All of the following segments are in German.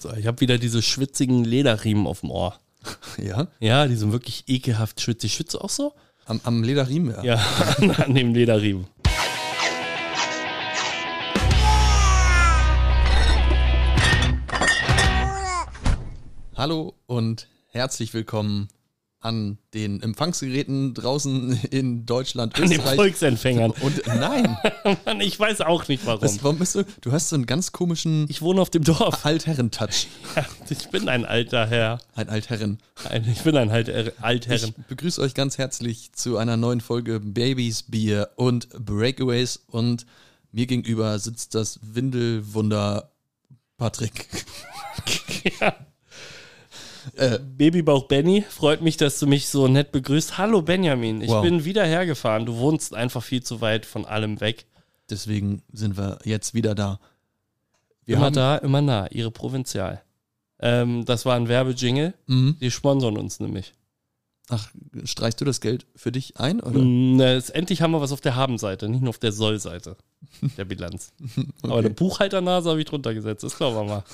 So, ich habe wieder diese schwitzigen Lederriemen auf dem Ohr. Ja? Ja, die sind wirklich ekelhaft schwitzig. Schwitzt du auch so? Am, am Lederriemen, ja. Ja, an, an dem Lederriemen. Hallo und herzlich willkommen an den Empfangsgeräten draußen in Deutschland, An den Österreich. Volksempfängern. und nein, Mann, ich weiß auch nicht warum. was, warum bist du? Du hast so einen ganz komischen ich wohne auf dem Dorf. Altherren-Touch. Ich bin ein alter Herr. Ein Altherren. Ein, ich bin ein halt, Altherren. Ich begrüße euch ganz herzlich zu einer neuen Folge Babys, Bier und Breakaways. Und mir gegenüber sitzt das Windelwunder Patrick. Babybauch Benny, freut mich, dass du mich so nett begrüßt. Hallo Benjamin, ich Wow. bin wieder hergefahren. Du wohnst einfach viel zu weit von allem weg. Deswegen sind wir jetzt wieder da. Wir immer haben- da, immer nah, ihre Provinzial. Ähm, das war ein Werbejingle. Mhm. Die sponsern uns nämlich. Ach, streichst du das Geld für dich ein? Oder? Mm, na, jetzt endlich haben wir was auf der Haben-Seite, nicht nur auf der Soll-Seite der Bilanz. Aber eine Buchhalternase habe ich drunter gesetzt, das glauben wir mal.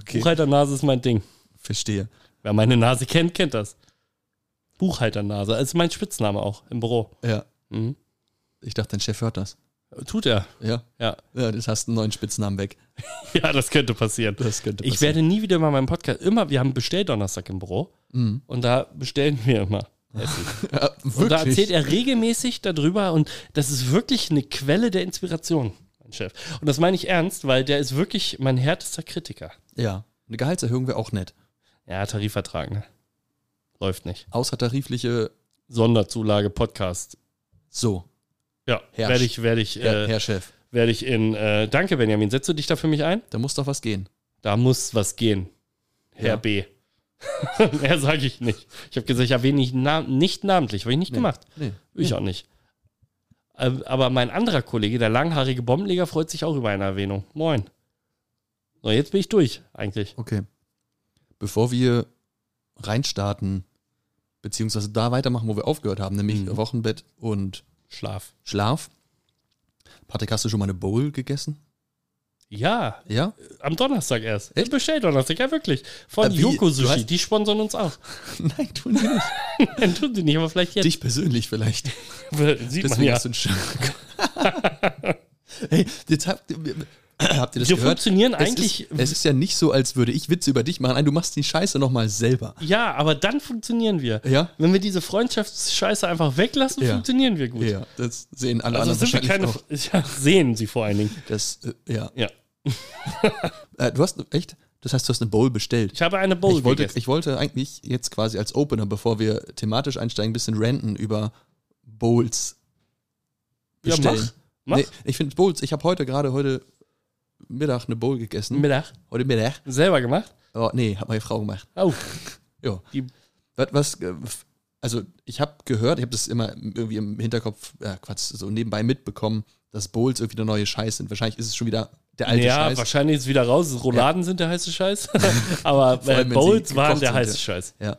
Okay, Buchhalternase ist mein Ding. verstehe. Wer meine Nase kennt, kennt das. Buchhalternase, das ist mein Spitzname auch im Büro. Ja, Mhm. ich dachte, dein Chef hört das. Tut er, Ja, ja. ja das hast einen neuen Spitznamen weg. Ja, das könnte passieren. Das könnte Ich werde nie wieder mal meinen Podcast. Immer, wir haben bestellt Donnerstag im Büro Mhm. und da bestellen wir immer. Essen. Ja, Und da wirklich. erzählt er regelmäßig darüber und das ist wirklich eine Quelle der Inspiration, mein Chef. Und das meine ich ernst, weil der ist wirklich mein härtester Kritiker. ja, eine Gehaltserhöhung wäre auch nett. Ja, Tarifvertrag, ne? Läuft nicht. Außertarifliche, Sonderzulage Podcast. so, Ja, Herr werde Sch- ich, werde ich, Herr, äh, Herr Chef, werde ich in. Äh, danke, Benjamin. Setzt du dich da für mich ein? da muss doch was gehen. Da muss was gehen. Herr Ja. B. Mehr sage ich nicht. Ich habe gesagt, ich erwähne nicht, nam nicht namentlich, habe ich nicht gemacht. Nee. Ich auch nicht. Ähm, Aber mein anderer Kollege, der langhaarige Bombenleger, freut sich auch über eine Erwähnung. Moin. So, jetzt bin ich durch, eigentlich. Okay. Bevor wir reinstarten, beziehungsweise da weitermachen, wo wir aufgehört haben, nämlich Mhm. Wochenbett und Schlaf. Schlaf. Patrick, hast du schon mal eine Bowl gegessen? Ja, Ja? am Donnerstag erst. Echt? Bestell Donnerstag, ja wirklich. Von Äh, wie? Yoko Du Sushi, hast- die sponsern uns auch. Nein, tun sie nicht. Nein, tun sie nicht, aber vielleicht jetzt. Dich persönlich vielleicht. Sieht man ja. hast du einen Schrank. hey, jetzt habt, ihr- habt ihr das Wir gehört? funktionieren Es eigentlich. ist, es ist ja nicht so, als würde ich Witze über dich machen. Nein, du machst die Scheiße nochmal selber. ja, aber dann funktionieren wir. Ja? Wenn wir diese Freundschaftsscheiße einfach weglassen, Ja. funktionieren wir gut. Ja, das sehen alle Also anderen sind wir wahrscheinlich keine. auch. Ja, sehen sie vor allen Dingen. Das, äh, ja. Ja. Äh, du hast, echt? Das heißt, du hast eine Bowl bestellt. Ich habe eine Bowl ich, wollte, gegessen. ich wollte eigentlich jetzt quasi als Opener, bevor wir thematisch einsteigen, ein bisschen ranten über Bowls. Ja, mach. Mach. Nee, ich finde Bowls, ich habe heute gerade heute Mittag eine Bowl gegessen. Mittag. heute Mittag. Selber gemacht? Oh, nee, hat meine Frau gemacht. Oh, Ja. Die- Was, was, äh, f- also ich habe gehört, ich habe das immer irgendwie im Hinterkopf, äh, Quatsch, so nebenbei mitbekommen, dass Bowls irgendwie der neue Scheiß sind. Wahrscheinlich ist es schon wieder der alte ja, Scheiß. wahrscheinlich ist wieder raus. Rouladen sind der heiße Scheiß. Aber Vor äh, allem, wenn Bowls sie waren gekocht der sind, heiße ja. Scheiß. Ja.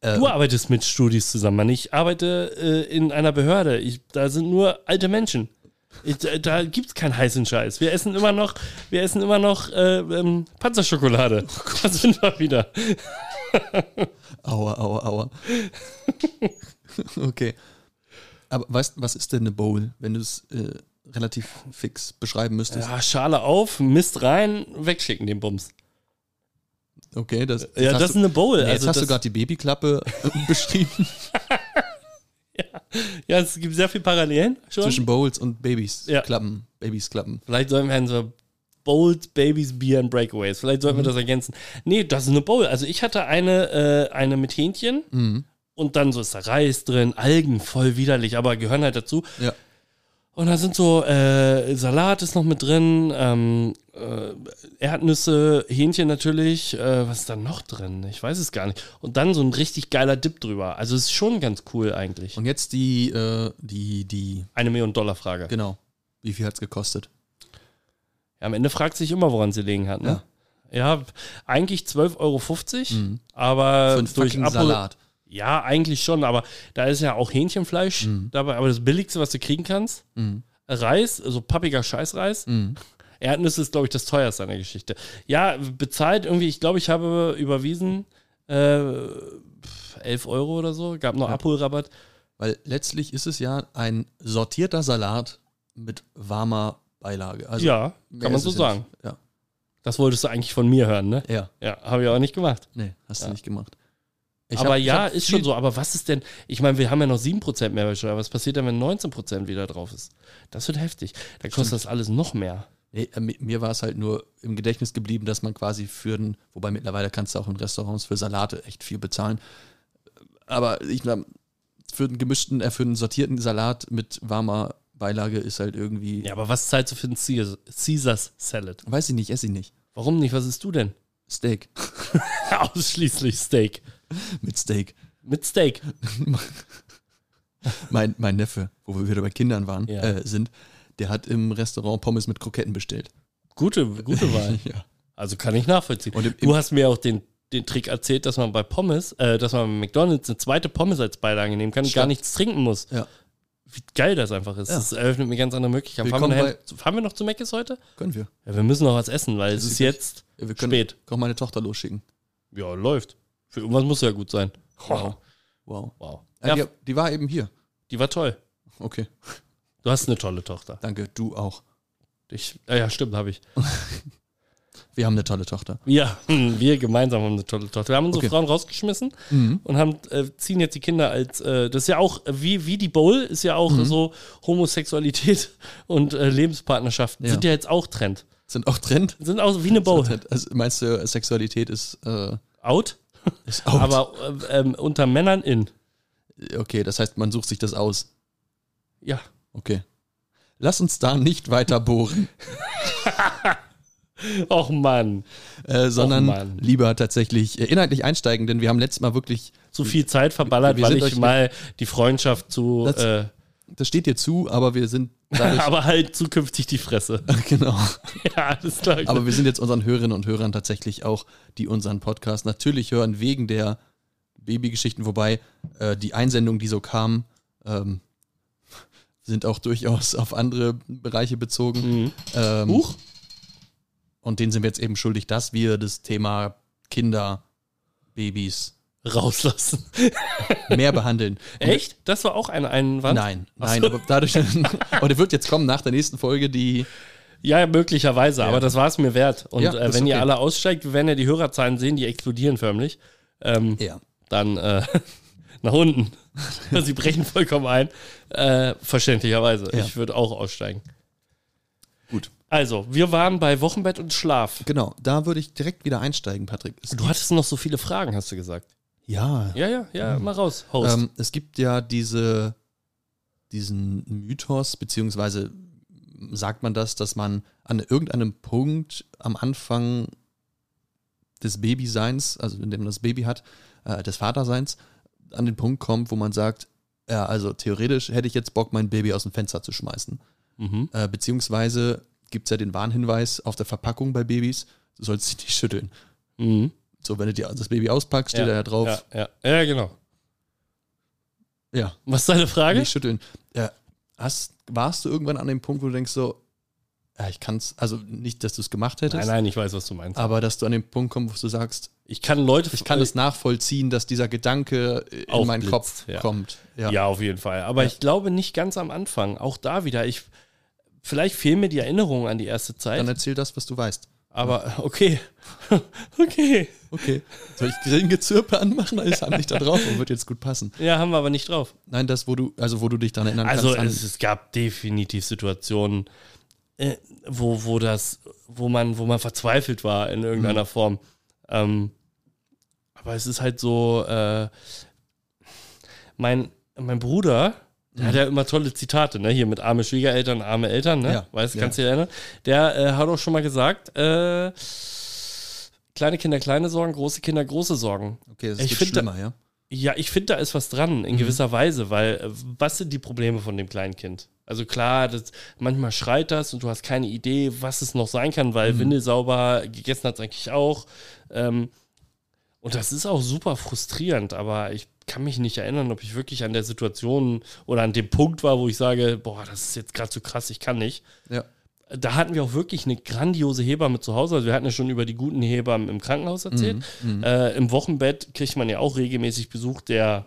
Äh, Du arbeitest mit Studis zusammen, Mann. Ich arbeite äh, in einer Behörde. Ich, da sind nur alte Menschen. Ich, da da gibt es keinen heißen Scheiß. Wir essen immer noch, wir essen immer noch äh, ähm, Panzerschokolade. Oh da sind wir wieder. Aua, aua, aua. okay. Aber weißt was ist denn eine Bowl, wenn du es äh, relativ fix beschreiben müsstest? Ja, Schale auf, Mist rein, wegschicken den Bums. Okay, das, das Ja, hast das ist du, eine Bowl. nee, jetzt also hast du das- gerade die Babyklappe äh, beschrieben ja, es gibt sehr viele Parallelen schon. zwischen Bowls und Babys. Ja. Klappen, Babys klappen. Vielleicht sollten wir so Bold Babies Beer and Breakaways. Vielleicht sollten wir das ergänzen. Nee, das ist eine Bowl. Also ich hatte eine, äh, eine mit Hähnchen und dann so ist da Reis drin, Algen, voll widerlich, aber gehören halt dazu. Ja. Und da sind so, äh, Salat ist noch mit drin, ähm, äh, Erdnüsse, Hähnchen natürlich, äh, was ist da noch drin? Ich weiß es gar nicht. Und dann so ein richtig geiler Dip drüber. Also es ist schon ganz cool eigentlich. Und jetzt die, äh, die, die, Eine Million Dollar Frage. genau. Wie viel hat es gekostet? Ja, am Ende fragt sich immer, woran sie liegen hat, ne? Ja, eigentlich 12,50 Euro, aber Für einen durch fucking Abhol- Salat. Ja, eigentlich schon, aber da ist ja auch Hähnchenfleisch Mhm. dabei, aber das Billigste, was du kriegen kannst, Reis, also pappiger Scheißreis, Mhm. Erdnüsse ist, glaube ich, das teuerste an der Geschichte. Ja, bezahlt irgendwie, ich glaube, ich habe überwiesen äh, pf, 11 Euro oder so, gab noch Ja. Abholrabatt. Weil letztlich ist es ja ein sortierter Salat mit warmer Beilage. Also ja, mehr kann man ist so es ja sagen. nicht. Ja, Das wolltest du eigentlich von mir hören, ne? ja. Ja, habe ich auch nicht gemacht. Nee, hast Ja. du nicht gemacht. aber hab- ja, hab ist viel- schon so. Aber was ist denn, ich meine, wir haben ja noch 7% Mehrwertsteuer. Was passiert dann, wenn 19% wieder drauf ist? Das wird heftig. Dann kostet das alles noch mehr. Nee, äh, mi- mir war es halt nur im Gedächtnis geblieben, dass man quasi für den, wobei mittlerweile kannst du auch in Restaurants für Salate echt viel bezahlen. Aber ich meine, für einen gemischten, äh, für einen sortierten Salat mit warmer Beilage ist halt irgendwie, Ja, aber was zahlst du für einen Caesar- Caesars Salad? weiß ich nicht, esse ich nicht. Warum nicht? Was ist du denn? Steak. Ausschließlich Steak. mit Steak. Mit Steak. Mein, mein Neffe, wo wir wieder bei Kindern waren, Ja. äh, sind, der hat im Restaurant Pommes mit Kroketten bestellt. Gute, gute Wahl. ja. Also kann ich nachvollziehen. Und im- im- du hast mir auch den, den Trick erzählt, dass man bei Pommes, äh, dass man bei McDonalds eine zweite Pommes als Beilage nehmen kann und gar Stimmt. nichts trinken muss. Ja. Wie geil das einfach ist. Ja. Das eröffnet mir ganz andere Möglichkeiten. Fahren wir, Willkommen nachher- fahren wir noch zu Meckes heute? Können wir. Ja, wir müssen noch was essen, weil es Das ist ist wirklich- jetzt Ja, wir können spät. auch meine Tochter losschicken. Ja, läuft. Für irgendwas muss ja gut sein. Wow. Wow. wow. Äh, Ja, die, die war eben hier. die war toll. Okay, Du hast eine tolle Tochter. danke, du auch. Ich, ah ja, stimmt, habe ich. Wir haben eine tolle Tochter. Ja, hm, wir gemeinsam haben eine tolle Tochter. Wir haben unsere Okay. Mhm. Frauen rausgeschmissen und haben, äh, ziehen jetzt die Kinder als, äh, das ist ja auch, äh, wie, wie die Bowl ist ja Mhm. auch so, Homosexualität und äh, Lebenspartnerschaften Ja. sind ja jetzt auch Trend. Sind auch Trend. Sind auch wie eine Bowl. Also meinst du, Sexualität ist, äh, Out, ist out? aber äh, ähm, unter Männern in. okay, das heißt, man sucht sich das aus. Ja. Okay. Lass uns da nicht weiter bohren, Och Mann, äh, sondern Mann. lieber tatsächlich äh, inhaltlich einsteigen, denn wir haben letztes Mal wirklich, zu viel Zeit verballert, Wir weil sind ich euch- mal die Freundschaft zu, Das- äh, das steht dir zu, aber wir sind dadurch, aber halt zukünftig die Fresse. genau, ja, alles klar. aber wir sind jetzt unseren Hörerinnen und Hörern tatsächlich auch, die unseren Podcast natürlich hören, wegen der Babygeschichten, wobei äh, die Einsendungen, die so kamen, ähm, sind auch durchaus auf andere Bereiche bezogen. Mhm. Ähm, Huch. Und denen sind wir jetzt eben schuldig, dass wir das Thema Kinder, Babys Rauslassen. mehr behandeln. Und- Echt? Das war auch ein Einwand? Nein, Ach nein, so. aber dadurch. und der wird jetzt kommen nach der nächsten Folge, die. Ja, möglicherweise, aber das war es mir wert. Und Ja, äh, ist wenn ihr okay. alle aussteigt, wir werden ja die Hörerzahlen sehen, die explodieren förmlich. Ähm, Ja. Dann äh, nach unten. Sie brechen vollkommen ein. Äh, verständlicherweise. Ja. Ich würde auch aussteigen. Gut. Also, wir waren bei Wochenbett und Schlaf. Genau, da würde ich direkt wieder einsteigen, Patrick. Es Du hattest noch so viele Fragen, hast du gesagt. ja. Ja, ja, ja, mal raus, Host. Ähm, es gibt ja diese, diesen Mythos, beziehungsweise sagt man das, dass man an irgendeinem Punkt am Anfang des Babyseins, also in dem man das Baby hat, äh, des Vaterseins, an den Punkt kommt, wo man sagt, ja, also theoretisch hätte ich jetzt Bock, mein Baby aus dem Fenster zu schmeißen. mhm. Äh, beziehungsweise gibt es ja den Warnhinweis auf der Verpackung bei Babys, du sollst dich nicht schütteln. Mhm. So, wenn du dir das Baby auspackst, steht da ja drauf, Ja, ja. ja, genau. ja, Was ist deine Frage? Nicht schütteln. Ja, hast, warst du irgendwann an dem Punkt, wo du denkst so, ja, ich kann's, also nicht, dass du es gemacht hättest, Nein, nein, Äh, ich weiß, was du meinst. aber dass du an den Punkt kommst, wo du sagst, Ich kann Leute. Ah. ich kann das nachvollziehen, dass dieser Gedanke äh, in meinen Aufblitzt, Kopf ja. kommt. Ja. auf jeden Fall. Aber ich glaube nicht ganz am Anfang. Auch da wieder. Ich, vielleicht fehlen mir die Erinnerungen an die erste Zeit. Dann erzähl das, was du weißt. aber okay. okay. Okay. Soll ich Grillengezirpe anmachen? Das haben nicht da drauf und wird jetzt gut passen. Ja, haben wir aber nicht drauf. Nein, das, wo du, also wo du dich dran erinnern Also kannst. an- es, es gab definitiv Situationen, äh, wo, wo das, wo man, wo man verzweifelt war in Mhm. irgendeiner Form. Ähm, aber es ist halt so, äh, mein, mein Bruder, der Mhm. hat ja immer tolle Zitate, ne? Hier mit arme Schwiegereltern, arme Eltern, ne? Ja, Weißt du, ja. kannst du dich erinnern? Der äh, hat auch schon mal gesagt, äh, kleine Kinder kleine Sorgen, große Kinder große Sorgen. okay, es ich wird find da- schlimmer, ja. Ja, ich finde, da ist was dran, in gewisser Weise, weil äh, was sind die Probleme von dem kleinen Kind? Also klar, das, manchmal schreit das und du hast keine Idee, was es noch sein kann, weil Windel sauber gegessen hat es eigentlich auch. Ähm, und das ist auch super frustrierend, aber ich kann mich nicht erinnern, ob ich wirklich an der Situation oder an dem Punkt war, wo ich sage, boah, das ist jetzt gerade zu krass, ich kann nicht. Ja. da hatten wir auch wirklich eine grandiose Hebamme zu Hause. Also wir hatten ja schon über die guten Hebammen im Krankenhaus erzählt. Mhm, Äh, Im Wochenbett kriegt man ja auch regelmäßig Besuch der,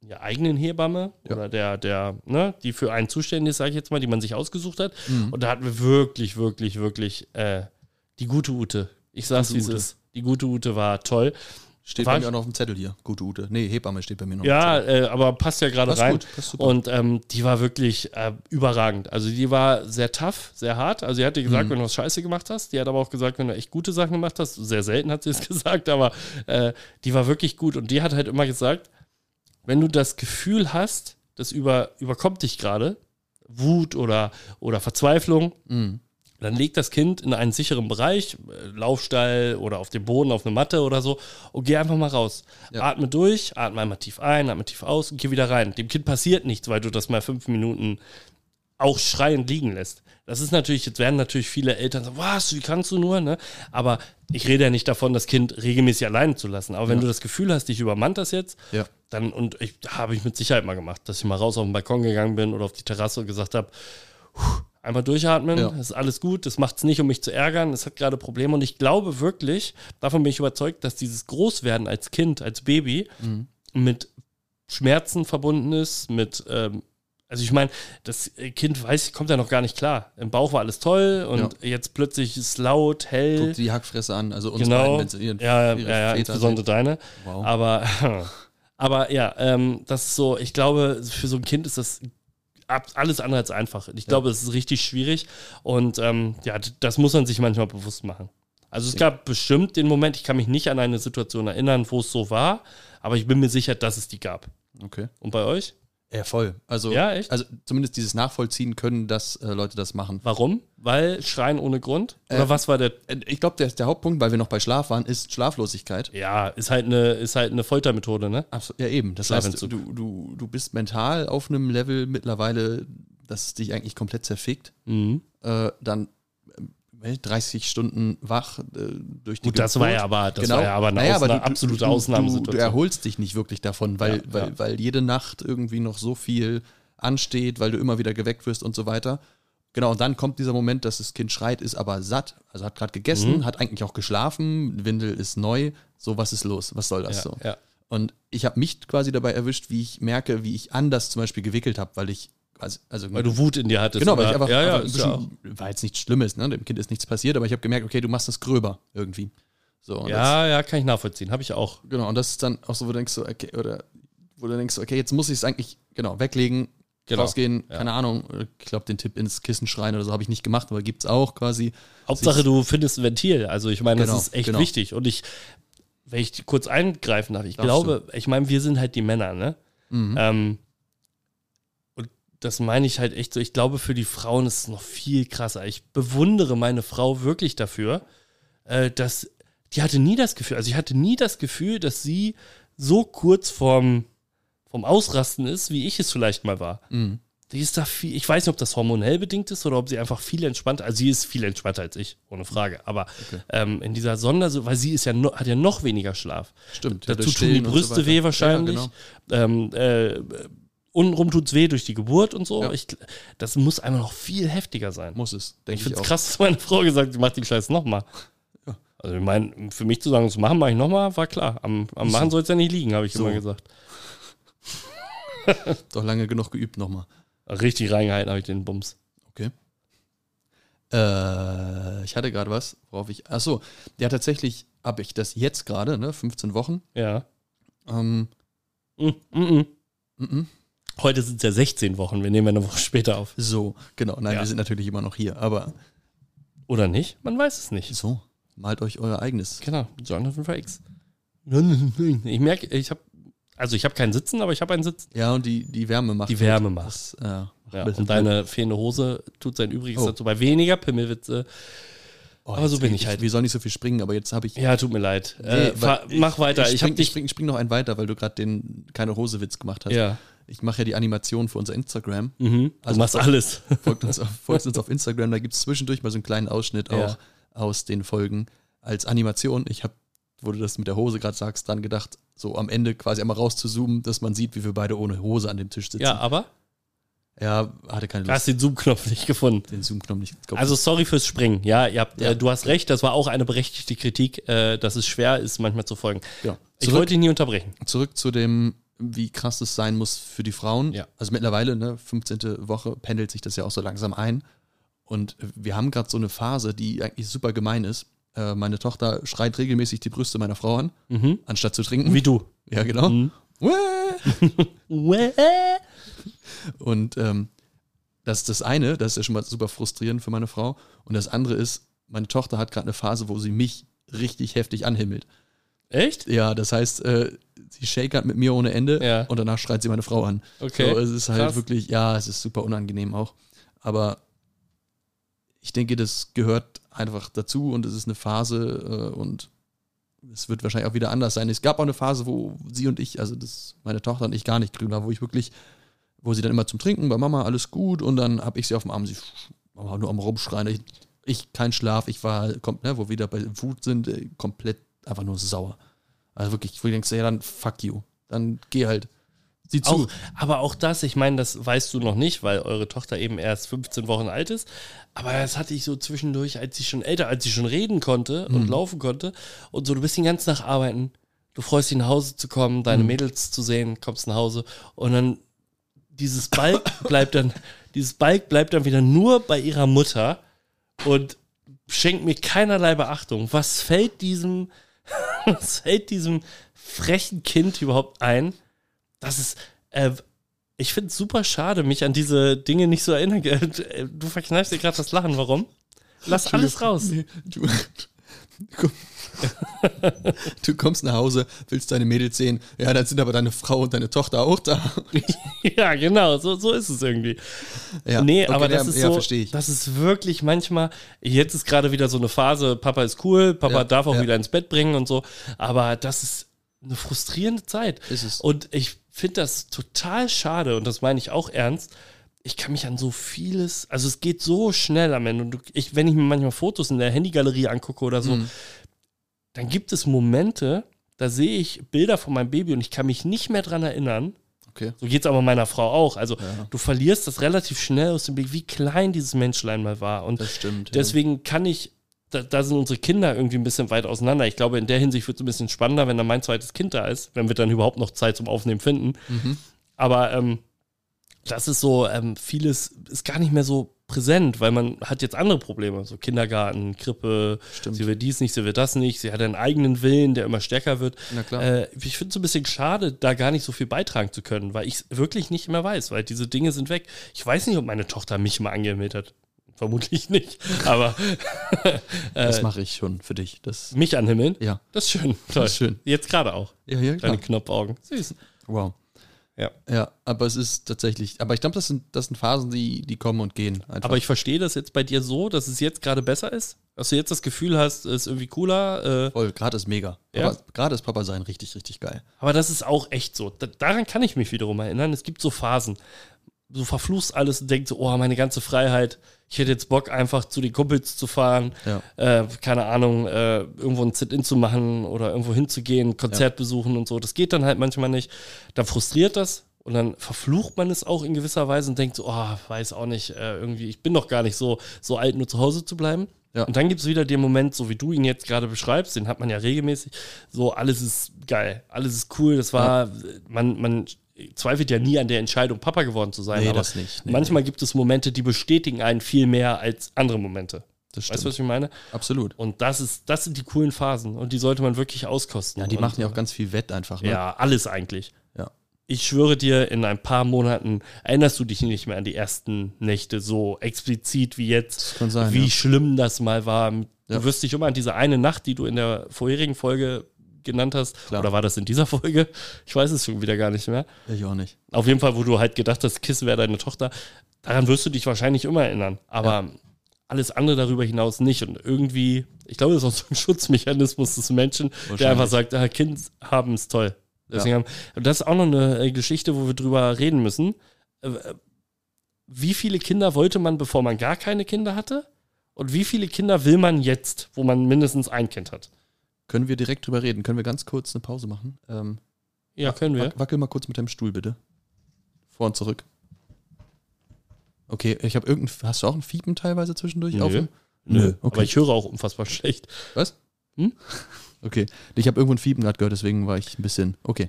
der eigenen Hebamme Ja. oder der, der, ne, die für einen zuständig ist, sage ich jetzt mal, die man sich ausgesucht hat. Mhm. Und da hatten wir wirklich, wirklich, wirklich äh, die gute Ute. Ich sag's, Gute wie es Ute. ist. Die gute Ute war toll. Steht War bei ich- mir auch noch auf dem Zettel hier. Gute Ute. Nee, Hebamme steht bei mir noch. auf dem Ja, Zettel. äh, aber passt ja gerade Passt rein. gut, passt super. Und ähm, die war wirklich äh, überragend. Also die war sehr tough, sehr hart. Also die hat dir gesagt, wenn du was scheiße gemacht hast. Die hat aber auch gesagt, wenn du echt gute Sachen gemacht hast. Sehr selten hat sie es gesagt, aber äh, die war wirklich gut. Und die hat halt immer gesagt, wenn du das Gefühl hast, das über, überkommt dich gerade, Wut oder, oder Verzweiflung, Mhm. dann leg das Kind in einen sicheren Bereich, äh, Laufstall oder auf dem Boden, auf eine Matte oder so, und geh einfach mal raus. Ja. Atme durch, atme einmal tief ein, atme tief aus und geh wieder rein. Dem Kind passiert nichts, weil du das mal fünf Minuten auch schreiend liegen lässt. Das ist natürlich, jetzt werden natürlich viele Eltern sagen, was, wie kannst du nur, ne? Aber ich rede ja nicht davon, das Kind regelmäßig allein zu lassen. Aber wenn du das Gefühl hast, dich übermannt das jetzt, Ja. dann, und ich habe ich mit Sicherheit mal gemacht, dass ich mal raus auf den Balkon gegangen bin oder auf die Terrasse und gesagt habe, "Puh, einmal durchatmen, Ja. ist alles gut, das macht es nicht, um mich zu ärgern, es hat gerade Probleme und ich glaube wirklich, davon bin ich überzeugt, dass dieses Großwerden als Kind, als Baby Mhm. mit Schmerzen verbunden ist, mit, ähm, also ich meine, das äh, Kind weiß, kommt ja noch gar nicht klar. Im Bauch war alles toll und jetzt plötzlich ist laut, hell. Guck die Hackfresse an. Also uns Genau. beiden, wenn sie ihren, ja, ja, ihre ja, Väter insbesondere Ah. deine. sehen. Wow. Aber, aber ja, ähm, das ist so, ich glaube, für so ein Kind ist das ab- alles andere als einfach. Ich glaube, es ist richtig schwierig und ähm, ja, d- das muss man sich manchmal bewusst machen. Also es Ja. gab bestimmt den Moment, ich kann mich nicht an eine Situation erinnern, wo es so war, aber ich bin mir sicher, dass es die gab. Okay. Und bei euch? Ja, voll. Also, Ja, echt? also zumindest dieses Nachvollziehen können, dass äh, Leute das machen. Warum? Weil Schreien ohne Grund? Oder Äh, was war der? Äh, Ich glaube, der, der Hauptpunkt, weil wir noch bei Schlaf waren, ist Schlaflosigkeit. Ja, ist halt eine, ist halt eine Foltermethode, ne? Absolut. Ja, eben. Das heißt, du, Schlafanzug. du, du bist mental auf einem Level mittlerweile, das dich eigentlich komplett zerfickt. Mhm. Äh, dann äh, 30 Stunden wach äh, durch die Genau. Gut, das war ja aber, das war ja aber eine, Ausna du- absolute du, Du, du Ausnahmesituation. erholst dich nicht wirklich davon, weil, Ja, weil, ja. weil jede Nacht irgendwie noch so viel ansteht, weil du immer wieder geweckt wirst und so weiter. Genau, und dann kommt dieser Moment, dass das Kind schreit, ist aber satt, also hat gerade Mhm. gegessen, hat eigentlich auch geschlafen, Windel ist neu, so was ist los, was soll das ja, so? ja. Und ich habe mich quasi dabei erwischt, wie ich merke, wie ich anders zum Beispiel gewickelt habe, weil ich quasi, also Weil du Wut in dir hattest. genau, weil oder? ich einfach, ja, ja, einfach ein ist ja auch. bisschen, war jetzt nichts Schlimmes, ne? dem Kind ist nichts passiert, aber ich habe gemerkt, okay, du machst das gröber irgendwie. So, und das- Ja, ja, kann ich nachvollziehen. Habe ich auch. Genau, und das ist dann auch so, wo du denkst, so, okay, oder wo du denkst, okay, jetzt muss ich es eigentlich, genau, weglegen, Genau, rausgehen, ja. keine Ahnung, ich glaube, den Tipp ins Kissen schreien oder so habe ich nicht gemacht, aber gibt's auch quasi. Hauptsache, Sich- du findest ein Ventil. Also ich meine, Genau, das ist echt genau. wichtig. Und ich, wenn ich kurz eingreifen darf, ich Darfst glaube, ich meine, wir sind halt die Männer, ne? Mhm. Ähm, und das meine ich halt echt so. Ich glaube, für die Frauen ist es noch viel krasser. Ich bewundere meine Frau wirklich dafür, äh, dass die hatte nie das Gefühl, also ich hatte nie das Gefühl, dass sie so kurz vorm, vom Ausrasten ist, wie ich es vielleicht mal war. Mhm. Die ist da viel, ich weiß nicht, ob das hormonell bedingt ist oder ob sie einfach viel entspannter, also sie ist viel entspannter als ich, ohne Frage. Aber Okay. ähm, in dieser Sonder, weil sie ist ja no, hat ja noch weniger Schlaf. Stimmt. Dazu durch tun die Stillen und so Brüste weiter. weh wahrscheinlich. Ja, genau. ähm, äh, untenrum tut's weh durch die Geburt und so. Ja. Ich, das muss einmal noch viel heftiger sein. Muss es, ich denke ich, finde auch. es krass, dass meine Frau gesagt hat, mach den Scheiß nochmal. Ja. Also ich meine, für mich zu sagen, das machen mache ich nochmal, war klar. Am, am Machen soll es ja nicht liegen, habe ich So. immer gesagt. Doch lange genug geübt nochmal. Richtig reingehalten habe ich den Bums. Okay. Äh, ich hatte gerade was, worauf ich. Achso, ja, tatsächlich habe ich das jetzt gerade, ne, 15 Wochen. Ja. Ähm, Mm, mm, mm. mhm. Heute sind es ja 16 Wochen, wir nehmen ja eine Woche später auf. So, genau. Nein, Ja. wir sind natürlich immer noch hier, aber Oder nicht? Man weiß es nicht. so, malt euch euer eigenes. Genau, Jonathan Frakes. Ich merke, ich habe, also ich habe keinen Sitzen, aber ich habe einen Sitzen. Ja, und die, die Wärme macht. Die Wärme macht. Das, äh, macht Ja, ein bisschen und deine fehlende Hose tut sein Übriges Oh. dazu. Bei weniger Pimmelwitze. Oh, aber so jetzt- bin ich halt. Wir sollen nicht so viel springen, aber jetzt habe ich. Ja, tut mir leid. Nee, äh, fahr- weil- mach weiter. Ich, Ich, spring, habe ich, dich. spring, spring noch einen weiter, weil du gerade den keine Hose Witz gemacht hast. ja. Ich mache ja die Animation für unser Instagram. Mhm. Du Also- machst alles. Folgt uns auf, folgt uns auf Instagram, da gibt es zwischendurch mal so einen kleinen Ausschnitt Ja. auch aus den Folgen als Animation. Ich habe, wo du das mit der Hose gerade sagst, dran gedacht, so am Ende quasi einmal rauszuzoomen, dass man sieht, wie wir beide ohne Hose an dem Tisch sitzen. Ja, aber Er hatte keine Du Lust, hast den Zoom-Knopf nicht gefunden. den Zoom-Knopf nicht gehabt. Also sorry fürs Springen. Ja, ihr habt, Ja. Äh, du hast recht, das war auch eine berechtigte Kritik, äh, dass es schwer ist, manchmal zu folgen. ja. Ich zurück, wollte ihn nie unterbrechen. zurück zu dem, wie krass es sein muss für die Frauen. Ja. Also mittlerweile, ne, 15. Woche, pendelt sich das ja auch so langsam ein. Und wir haben gerade so eine Phase, die eigentlich super gemein ist. Äh, meine Tochter schreit regelmäßig die Brüste meiner Frau an, Mhm. anstatt zu trinken. Wie du. Ja, genau. Mhm. Uäh. Uäh. Und ähm, das ist das eine, das ist ja schon mal super frustrierend für meine Frau. Und das andere ist, meine Tochter hat gerade eine Phase, wo sie mich richtig heftig anhimmelt. Echt? Ja, das heißt, äh, sie shakert mit mir ohne Ende Ja. und danach schreit sie meine Frau an. Okay. So, es ist halt Krass. wirklich, ja, es ist super unangenehm auch. Aber ich denke, das gehört einfach dazu und es ist eine Phase äh, und es wird wahrscheinlich auch wieder anders sein. Es gab auch eine Phase, wo sie und ich, also das, meine Tochter und ich gar nicht grün war, wo ich wirklich, wo sie dann immer zum Trinken bei Mama alles gut und dann habe ich sie auf dem Arm, sie war nur am Rumschreien. Ich, ich kein Schlaf, ich war, kommt, ne, wo wir wieder bei Wut sind, äh, komplett einfach nur sauer. Also wirklich, wo du denkst, ja, dann fuck you. Dann geh halt. Sieh zu. Auch, aber auch das, ich meine, das weißt du noch nicht, weil eure Tochter eben erst 15 Wochen alt ist. Aber das hatte ich so zwischendurch, als sie schon älter, als sie schon reden konnte Mhm. und laufen konnte. Und so, du bist den ganzen Tag arbeiten. Du freust dich nach Hause zu kommen, deine Mhm. Mädels zu sehen, kommst nach Hause und dann dieses Balk bleibt dann, dieses Balk bleibt dann wieder nur bei ihrer Mutter und schenkt mir keinerlei Beachtung. Was fällt diesem, was fällt diesem frechen Kind überhaupt ein? Das ist, äh, ich finde es super schade, mich an diese Dinge nicht so erinnern. Äh, Du verkneifst dir gerade das Lachen. Warum? Lass alles raus. Nee, Du, du, du kommst nach Hause, willst deine Mädels sehen. Ja, dann sind aber deine Frau und deine Tochter auch da. Ja, genau, so, so ist es irgendwie. Ja, nee, okay, aber das ja, ist ja, so, verstehe ich. das ist wirklich manchmal, jetzt ist gerade wieder so eine Phase, Papa ist cool, Papa Ja, darf auch ja. wieder ins Bett bringen und so, aber das ist eine frustrierende Zeit. Ist es. Und ich finde das total schade und das meine ich auch ernst. Ich kann mich an so vieles, also es geht so schnell am Ende. Und du- ich, wenn ich mir manchmal Fotos in der Handygalerie angucke oder so, Mhm. dann gibt es Momente, da sehe ich Bilder von meinem Baby und ich kann mich nicht mehr dran erinnern, Okay. so geht es aber meiner Frau auch. Also Ja. du verlierst das relativ schnell aus dem Blick, wie klein dieses Menschlein mal war. Und Das stimmt. deswegen kann ich, da, da sind unsere Kinder irgendwie ein bisschen weit auseinander. Ich glaube, in der Hinsicht wird es ein bisschen spannender, wenn dann mein zweites Kind da ist, wenn wir dann überhaupt noch Zeit zum Aufnehmen finden. ja. Mhm. Aber ähm, das ist so, ähm, vieles ist gar nicht mehr so präsent, weil man hat jetzt andere Probleme. So Kindergarten, Krippe, Stimmt. sie will dies nicht, sie will das nicht, sie hat einen eigenen Willen, der immer stärker wird. Na klar. Äh, ich finde es ein bisschen schade, da gar nicht so viel beitragen zu können, weil ich wirklich nicht mehr weiß, weil diese Dinge sind weg. Ich weiß nicht, ob meine Tochter mich mal angemeldet hat. Vermutlich nicht. Aber äh, das mache ich schon für dich. Das, mich anhimmeln, ja. das ist schön. Toll. Das ist schön. Jetzt gerade auch. Ja, ja, Deine klar. Knopfaugen. Süß. Wow. Ja. Ja, aber es ist tatsächlich, aber ich glaube, das sind, das sind Phasen, die, die kommen und gehen. Einfach. Aber ich verstehe das jetzt bei dir so, dass es jetzt gerade besser ist. Dass du jetzt das Gefühl hast, es ist irgendwie cooler. Äh, voll, gerade ist mega. Ja. Aber Gerade ist Papa sein richtig, richtig geil. aber das ist auch echt so. Da, daran kann ich mich wiederum erinnern. Es gibt so Phasen. Du verfluchst alles und denkst, so, oh, meine ganze Freiheit. Ich hätte jetzt Bock, einfach zu den Kumpels zu fahren. Ja. äh, keine Ahnung, äh, irgendwo ein Sit-In zu machen oder irgendwo hinzugehen, Konzert besuchen und so. Das geht dann halt manchmal nicht. Dann frustriert das und dann verflucht man es auch in gewisser Weise und denkt so, oh, weiß auch nicht, äh, irgendwie, ich bin doch gar nicht so, so alt, nur zu Hause zu bleiben. Ja. Und dann gibt es wieder den Moment, so wie du ihn jetzt gerade beschreibst, den hat man ja regelmäßig, so alles ist geil, alles ist cool, das war, man, man zweifelt ja nie an der Entscheidung, Papa geworden zu sein, Nee, aber das nicht. Nee, manchmal gibt es Momente, die bestätigen einen viel mehr als andere Momente. Das stimmt. Weißt du, was ich meine? Absolut. Und das ist, das sind die coolen Phasen und die sollte man wirklich auskosten. Ja, die und, äh, machen ja auch ganz viel Wett einfach. Ne? Ja, alles eigentlich. Ja. Ich schwöre dir, in ein paar Monaten erinnerst du dich nicht mehr an die ersten Nächte so explizit wie jetzt, Das kann sein. wie ja. schlimm das mal war. Ja. Du wirst dich immer an diese eine Nacht, die du in der vorherigen Folge genannt hast, Klar. oder war das in dieser Folge? Ich weiß es schon wieder gar nicht mehr. Ich auch nicht. Auf jeden Fall, wo du halt gedacht hast, Kissen wäre deine Tochter, daran wirst du dich wahrscheinlich immer erinnern. Aber alles andere darüber hinaus nicht. Und irgendwie, ich glaube, das ist auch so ein Schutzmechanismus des Menschen, der einfach sagt, ah, Kind haben ist toll. Deswegen haben, und das ist auch noch eine äh, Geschichte, wo wir drüber reden müssen. Äh, Wie viele Kinder wollte man, bevor man gar keine Kinder hatte? Und wie viele Kinder will man jetzt, wo man mindestens ein Kind hat? Können wir direkt drüber reden? Können wir ganz kurz eine Pause machen? Ähm, Ja, können wir. wac- Wackel mal kurz mit deinem Stuhl, bitte. Vor und zurück. Okay, ich habe irgendein. Hast du auch ein Fiepen teilweise zwischendurch? Nö. auf dem- Nö, okay. aber ich höre auch unfassbar schlecht. okay. Ich habe irgendwo ein Fiepen gerade gehört, deswegen war ich ein bisschen. Okay,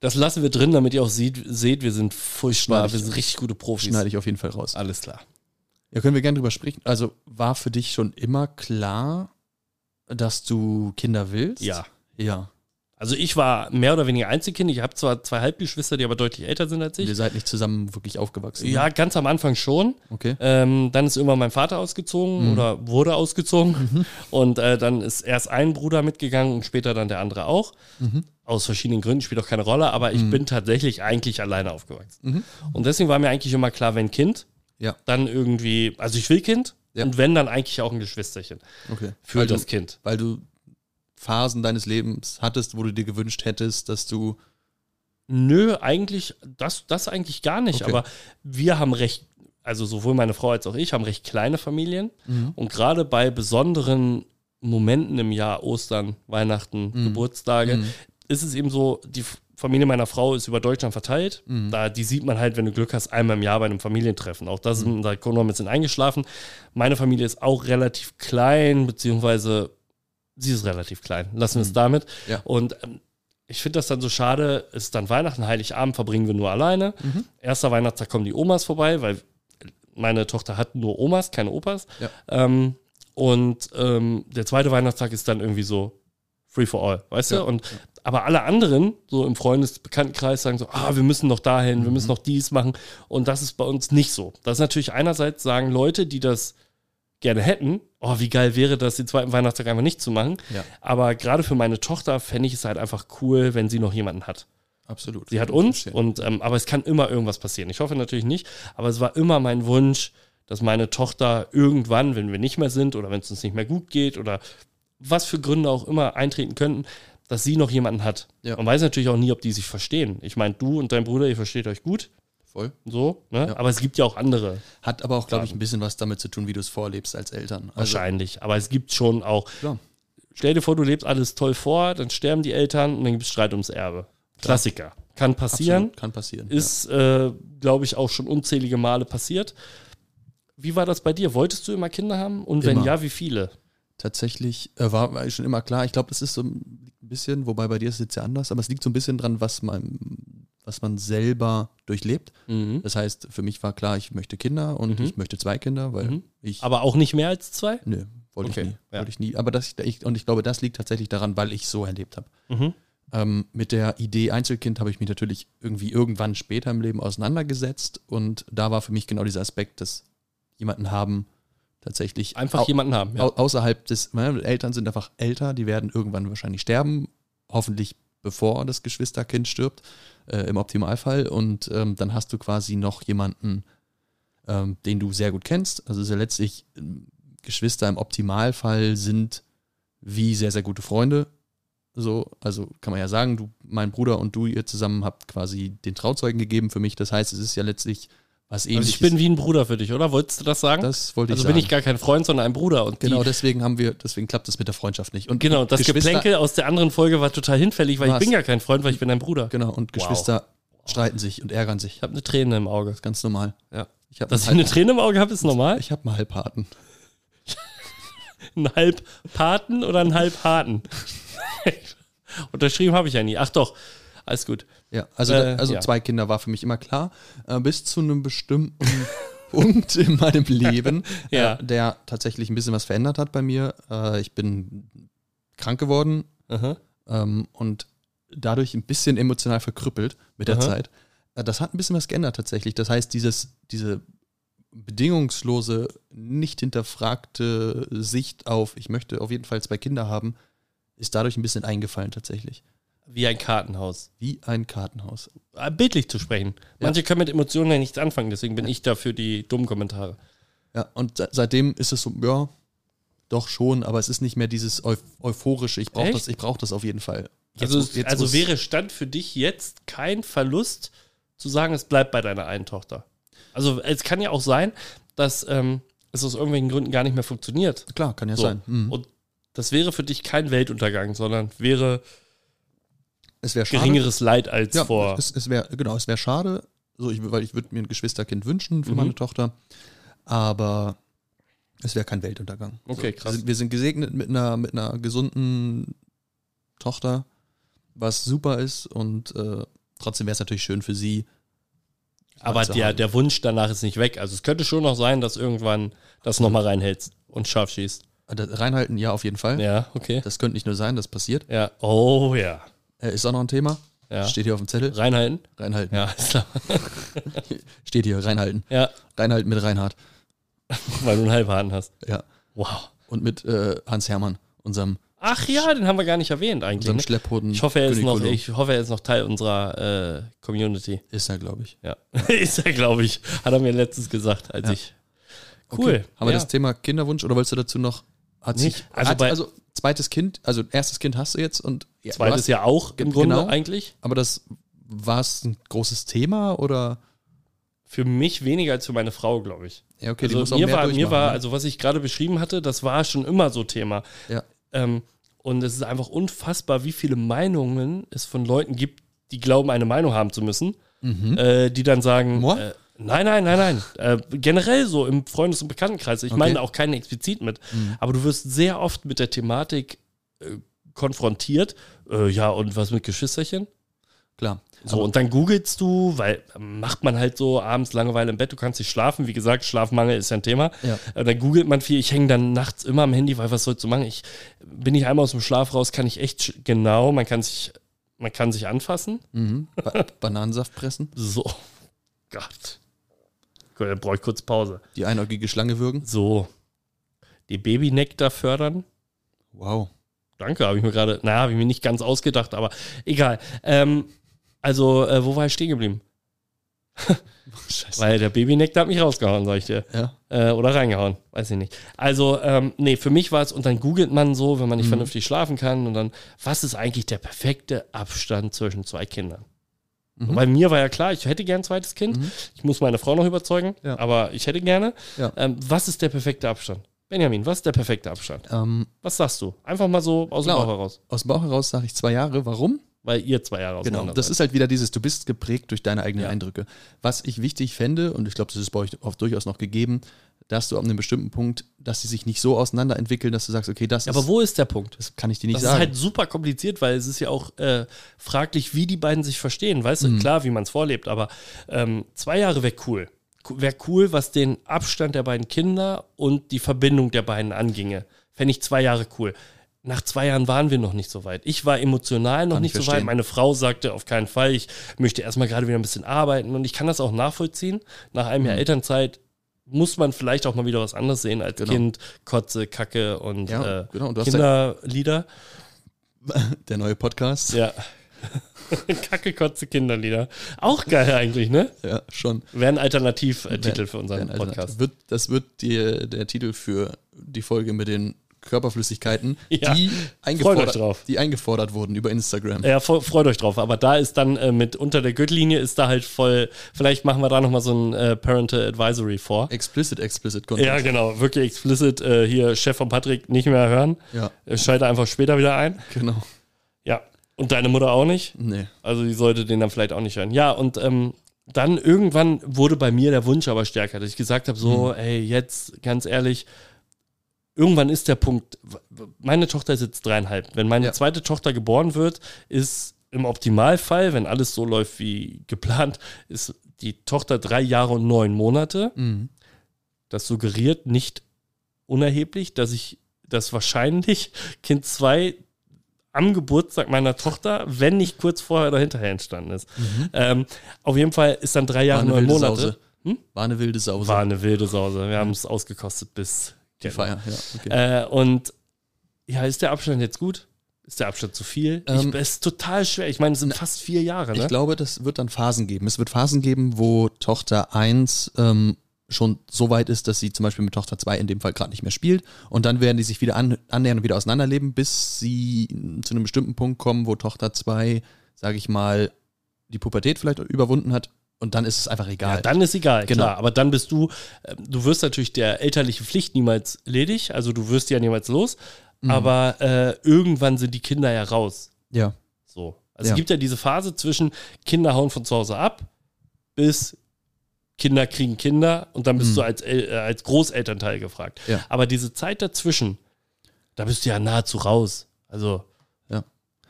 Das lassen wir drin, damit ihr auch seht, seht wir sind furchtbar, Schneid ich- wir sind richtig gute Profis. schneide ich auf jeden Fall raus. Alles klar. Ja, können wir gerne drüber sprechen. Also war für dich schon immer klar, dass du Kinder willst? Ja. Ja. Also ich war mehr oder weniger Einzelkind. Ich habe zwar zwei Halbgeschwister, die aber deutlich älter sind als Ihr ich. seid nicht zusammen wirklich aufgewachsen. ne? Ja, ganz am Anfang schon. Okay. Ähm, dann ist irgendwann mein Vater ausgezogen Mhm. oder wurde ausgezogen. Und äh, dann ist erst ein Bruder mitgegangen und später dann der andere auch. Mhm. Aus verschiedenen Gründen spielt auch keine Rolle, aber ich Mhm. bin tatsächlich eigentlich alleine aufgewachsen. Mhm. Und deswegen war mir eigentlich immer klar, wenn Kind, Ja. dann irgendwie, also ich will Kind Ja. und wenn, dann eigentlich auch ein Geschwisterchen Okay. Also, für weil, das du, Kind. weil du Phasen deines Lebens hattest, wo du dir gewünscht hättest, dass du. Nö, eigentlich, das, das eigentlich gar nicht. Okay. Aber wir haben recht, also sowohl meine Frau als auch ich haben recht kleine Familien. Und gerade bei besonderen Momenten im Jahr, Ostern, Weihnachten, Mhm. Geburtstage, Mhm. ist es eben so, die F- Familie meiner Frau ist über Deutschland verteilt. Mhm. Da, die sieht man halt, wenn du Glück hast, einmal im Jahr bei einem Familientreffen. Auch das Mhm. sind, da kommen wir ein bisschen eingeschlafen. Meine Familie ist auch relativ klein, beziehungsweise sie ist relativ klein. Lassen wir es Mhm. damit. Ja. Und ähm, ich finde das dann so schade, ist dann Weihnachten, Heiligabend verbringen wir nur alleine. Mhm. Erster Weihnachtstag kommen die Omas vorbei, weil meine Tochter hat nur Omas, keine Opas. Ja. Ähm, und ähm, der zweite Weihnachtstag ist dann irgendwie so free for all, weißt Ja. du? Und aber alle anderen, so im Freundesbekanntenkreis, sagen so, ah, wir müssen noch dahin, wir müssen noch dies machen. Und das ist bei uns nicht so. Das ist natürlich einerseits sagen Leute, die das gerne hätten, oh, wie geil wäre das, den zweiten Weihnachtstag einfach nicht zu machen. Ja, Aber gerade für meine Tochter fände ich es halt einfach cool, wenn sie noch jemanden hat. absolut. Sie hat Kann ich uns, verstehen. und, ähm, aber es kann immer irgendwas passieren. Ich hoffe natürlich nicht, aber es war immer mein Wunsch, dass meine Tochter irgendwann, wenn wir nicht mehr sind oder wenn es uns nicht mehr gut geht oder was für Gründe auch immer eintreten könnten, dass sie noch jemanden hat. Ja. Man weiß natürlich auch nie, ob die sich verstehen. Ich meine, du und dein Bruder, ihr versteht euch gut, Voll. so, ne? Ja. Also aber es gibt ja auch andere, Hat aber auch, glaube ich, Fragen. ein bisschen was damit zu tun, wie du es vorlebst als Eltern. Also, wahrscheinlich. Aber es gibt schon auch, Klar. stell dir vor, du lebst alles toll vor, dann sterben die Eltern und dann gibt es Streit ums Erbe. Klassiker. Kann passieren. absolut, kann passieren. Ist, äh, glaube ich, auch schon unzählige Male passiert. Wie war das bei dir? Wolltest du immer Kinder haben? Und wenn Immer. ja, wie viele? tatsächlich äh, war, war schon immer klar. Ich glaube, das ist so ein bisschen, wobei bei dir ist es jetzt ja anders, aber es liegt so ein bisschen dran, was man, was man selber durchlebt. Das heißt, für mich war klar, ich möchte Kinder und Mhm. ich möchte zwei Kinder, weil Mhm. ich. Aber auch nicht mehr als zwei? nö, wollte Okay, ich nie. ja. Wollte ich nie. Aber das, ich, und ich glaube, das liegt tatsächlich daran, weil ich so erlebt habe. Ähm, mit der Idee Einzelkind habe ich mich natürlich irgendwie irgendwann später im Leben auseinandergesetzt und da war für mich genau dieser Aspekt, dass jemanden haben tatsächlich Einfach au- jemanden haben. Ja. Also Au außerhalb des, meine Eltern sind einfach älter, die werden irgendwann wahrscheinlich sterben, hoffentlich bevor das Geschwisterkind stirbt, äh, im Optimalfall. Und ähm, dann hast du quasi noch jemanden, ähm, den du sehr gut kennst. Also es ist ja letztlich, ähm, Geschwister im Optimalfall sind wie sehr, sehr gute Freunde. So, also kann man ja sagen, du, mein Bruder und du, ihr zusammen habt quasi den Trauzeugen gegeben für mich. Das heißt, es ist ja letztlich was Also ähnliches. ich bin wie ein Bruder für dich, oder? Wolltest du das sagen? das wollte ich also sagen. bin ich gar kein Freund, sondern ein Bruder. Und Genau, die, deswegen haben wir, deswegen klappt es mit der Freundschaft nicht. Und genau das Geschwister- Geplänkel aus der anderen Folge war total hinfällig, weil ich Was? bin gar kein Freund, weil ich bin ein Bruder. Genau, und Geschwister streiten sich und ärgern sich. Ich habe eine Träne im Auge. Das ist ganz normal. Ja. Ich habe Dass ich einen, eine Halb, Träne im Auge habe, ist normal. ich hab einen Halbpaten. Ein Halbpaten oder ein Halbharten? Unterschrieben habe ich ja nie. Ach doch, alles gut. Ja, also, Äh, also ja. zwei Kinder war für mich immer klar. Äh, bis zu einem bestimmten Punkt in meinem Leben, Ja. äh, der tatsächlich ein bisschen was verändert hat bei mir. Äh, ich bin krank geworden Aha. ähm, und dadurch ein bisschen emotional verkrüppelt mit der Aha. Zeit. Äh, das hat ein bisschen was geändert tatsächlich. Das heißt, dieses, diese bedingungslose, nicht hinterfragte Sicht auf, ich möchte auf jeden Fall zwei Kinder haben, ist dadurch ein bisschen eingefallen tatsächlich. Wie ein Kartenhaus. Wie ein Kartenhaus. Äh, Bildlich zu sprechen. Manche können mit Emotionen ja nichts anfangen, deswegen bin ich dafür die dummen Kommentare. Ja, und se- seitdem ist es so, ja, doch schon, aber es ist nicht mehr dieses eu euphorische, ich brauche Echt? das, ich brauche das auf jeden Fall. Jetzt Also, muss- jetzt also muss- wäre Stand für dich jetzt kein Verlust, zu sagen, es bleibt bei deiner einen Tochter. Also es kann ja auch sein, dass ähm, es aus irgendwelchen Gründen gar nicht mehr funktioniert. klar, kann ja So. sein. Mhm. Und das wäre für dich kein Weltuntergang, sondern wäre es wäre schade. geringeres Leid als ja, vor. Es, es wäre, genau, es wäre schade. So, ich, weil ich würde mir ein Geschwisterkind wünschen für Mhm. meine Tochter. Aber es wäre kein Weltuntergang. Okay, so, krass. Wir sind, wir sind gesegnet mit einer, mit einer gesunden Tochter, was super ist. Und äh, trotzdem wäre es natürlich schön für sie. Aber der, der Wunsch danach ist nicht weg. Also es könnte schon noch sein, dass irgendwann das nochmal reinhältst und scharf schießt. Äh, Das Reinhalten, ja, auf jeden Fall. Ja, okay. Das könnte nicht nur sein, das passiert. Ja. Oh ja. Äh, ist auch noch ein Thema. ja. Steht hier auf dem Zettel. Reinhalten? Reinhalten. Ja, ist klar. Steht hier, reinhalten. Ja, Reinhalten mit Reinhard. weil du einen Halbhaden hast. Ja. Wow. Und mit äh, Hans Hermann, unserem, Ach ja, den haben wir gar nicht erwähnt eigentlich. unserem Ne? Schlepphoden. Ich hoffe, er ist noch, Gynäkologen. ich hoffe, er ist noch Teil unserer äh, Community. Ist er, glaube ich. Ja. ist er, glaube ich. Hat er mir letztens gesagt, als Ja. ich. Cool. Haben wir ja. das Thema Kinderwunsch oder wolltest du dazu noch? Hat Nicht. sich, Also also, hat, bei- also zweites Kind, also erstes Kind hast du jetzt und ja, du Zweites hast, Jahr auch im Gen- Grunde genau. eigentlich. Aber das war es ein großes Thema oder? Für mich weniger als für meine Frau, glaube ich. Ja, okay, also mir war, mir durchmachen, war, ne? also was ich gerade beschrieben hatte, das war schon immer so Thema. Ja. Ähm, und es ist einfach unfassbar, wie viele Meinungen es von Leuten gibt, die glauben, eine Meinung haben zu müssen, mhm. äh, die dann sagen, Moi? äh, nein, nein, nein, nein. Äh, generell so im Freundes- und Bekanntenkreis. Ich Okay. meine auch keinen explizit mit. Mhm. Aber du wirst sehr oft mit der Thematik äh, konfrontiert. Äh, ja, und was mit Geschwisterchen? Klar. So, Aber- und dann googelst du, weil ähm, macht man halt so abends Langeweile im Bett, du kannst nicht schlafen. Wie gesagt, Schlafmangel ist ja ein Thema. Ja. Äh, Dann googelt man viel. Ich hänge dann nachts immer am Handy, weil was sollst du machen? Ich bin ich einmal aus dem Schlaf raus, kann ich echt sch- genau, man kann sich, man kann sich anfassen. Mhm. Ba Bananensaft pressen, So. Oh Gott. Gut, dann brauche ich kurz Pause. die einäugige Schlange würgen. So. Die Babynektar fördern. Wow. Danke, habe ich mir gerade, naja, habe ich mir nicht ganz ausgedacht, aber egal. Ähm, also, äh, wo war ich stehen geblieben? Scheiße. Weil der Babynektar hat mich rausgehauen, sag ich dir. Ja. Äh, oder reingehauen, weiß ich nicht. Also, ähm, nee, für mich war es, und dann googelt man so, wenn man nicht Mhm. vernünftig schlafen kann, und dann, was ist eigentlich der perfekte Abstand zwischen zwei Kindern? Mhm. Und bei mir war ja klar, ich hätte gern ein zweites Kind. Mhm. Ich muss meine Frau noch überzeugen, Ja. aber ich hätte gerne. Ja. Ähm, was ist der perfekte Abstand? Benjamin, was ist der perfekte Abstand? Ähm, Was sagst du? Einfach mal so aus dem Klar. Bauch heraus. aus dem Bauch heraus sage ich zwei Jahre. Warum? Weil ihr zwei Jahre Genau. auseinander Das seid. ist halt wieder dieses, du bist geprägt durch deine eigenen Ja. Eindrücke. Was ich wichtig fände, und ich glaube, das ist bei euch oft durchaus noch gegeben, dass du an einem bestimmten Punkt, dass sie sich nicht so auseinanderentwickeln, dass du sagst, okay, das, Ja, ist, aber wo ist der Punkt? das kann ich dir nicht Das ist sagen. halt super kompliziert, weil es ist ja auch äh, fraglich, wie die beiden sich verstehen. Weißt du, Mhm. klar, wie man es vorlebt, aber ähm, zwei Jahre wäre cool. Wäre cool, was den Abstand der beiden Kinder und die Verbindung der beiden anginge. Fände ich zwei Jahre cool. Nach zwei Jahren waren wir noch nicht so weit. Ich war emotional noch Kann nicht ich so weit. verstehen. Meine Frau sagte auf keinen Fall, ich möchte erstmal gerade wieder ein bisschen arbeiten und ich kann das auch nachvollziehen. Nach einem Mhm. Jahr Elternzeit muss man vielleicht auch mal wieder was anderes sehen als Genau. Kind, Kotze, Kacke und Ja, äh, genau. Und du hast Kinderlieder. Der neue Podcast. Ja. Kacke, Kotze, Kinderlieder. Auch geil eigentlich, ne? Ja, schon. Wäre ein Alternativtitel für unseren Dann, also, Podcast. Das wird, das wird die, der Titel für die Folge mit den Körperflüssigkeiten, Ja, die, euch drauf. eingefordert, die eingefordert wurden über Instagram. Ja, fre- freut euch drauf. Aber da ist dann äh, mit unter der Gürtellinie ist da halt voll. Vielleicht machen wir da nochmal so ein äh, Parental Advisory vor. Explicit, explicit Ja, Content. genau. Wirklich explicit. Äh, hier, Chef von Patrick, nicht mehr hören. Ja, Äh, Schalte einfach später wieder ein. genau. Ja. Und deine Mutter auch nicht. Nee. Also die sollte den dann vielleicht auch nicht hören. Ja, und ähm, dann irgendwann wurde bei mir der Wunsch aber stärker, dass ich gesagt habe, so, ey, jetzt ganz ehrlich, irgendwann ist der Punkt, w- w- meine Tochter ist jetzt dreieinhalb. Wenn meine Ja. zweite Tochter geboren wird, ist im Optimalfall, wenn alles so läuft wie geplant, ist die Tochter drei Jahre und neun Monate. Mhm. Das suggeriert nicht unerheblich, dass ich das wahrscheinlich Kind 2 am Geburtstag meiner Tochter, wenn nicht kurz vorher oder hinterher entstanden ist. Ähm, auf jeden Fall ist dann drei Mhm. War Jahre, eine neun wilde Monate. Hm? Sause. War eine wilde Sause. War eine wilde Sause. Wir haben es ausgekostet bis die Feier. Ja, okay. Äh, und ja, ist der Abstand jetzt gut? Ist der Abstand zu viel? Ähm, ich, es ist total schwer. Ich meine, es sind fast vier Jahre, ne? Ich glaube, das wird dann Phasen geben. Es wird Phasen geben, wo Tochter 1 ähm, schon so weit ist, dass sie zum Beispiel mit Tochter 2 in dem Fall gerade nicht mehr spielt. Und dann werden die sich wieder an, annähern und wieder auseinanderleben, bis sie mm, zu einem bestimmten Punkt kommen, wo Tochter 2, sage ich mal, die Pubertät vielleicht überwunden hat. Und dann ist es einfach egal. Ja, dann ist egal, Genau. klar. Aber dann bist du, ähm, du wirst natürlich der elterlichen Pflicht niemals ledig, also du wirst die ja niemals los, Mhm. aber äh, irgendwann sind die Kinder ja raus. ja. So. Also Ja. es gibt ja diese Phase zwischen Kinder hauen von zu Hause ab bis Kinder kriegen Kinder und dann bist du als, El äh, als Großelternteil gefragt. Mhm. Ja. Aber diese Zeit dazwischen, da bist du ja nahezu raus. Also. Ja.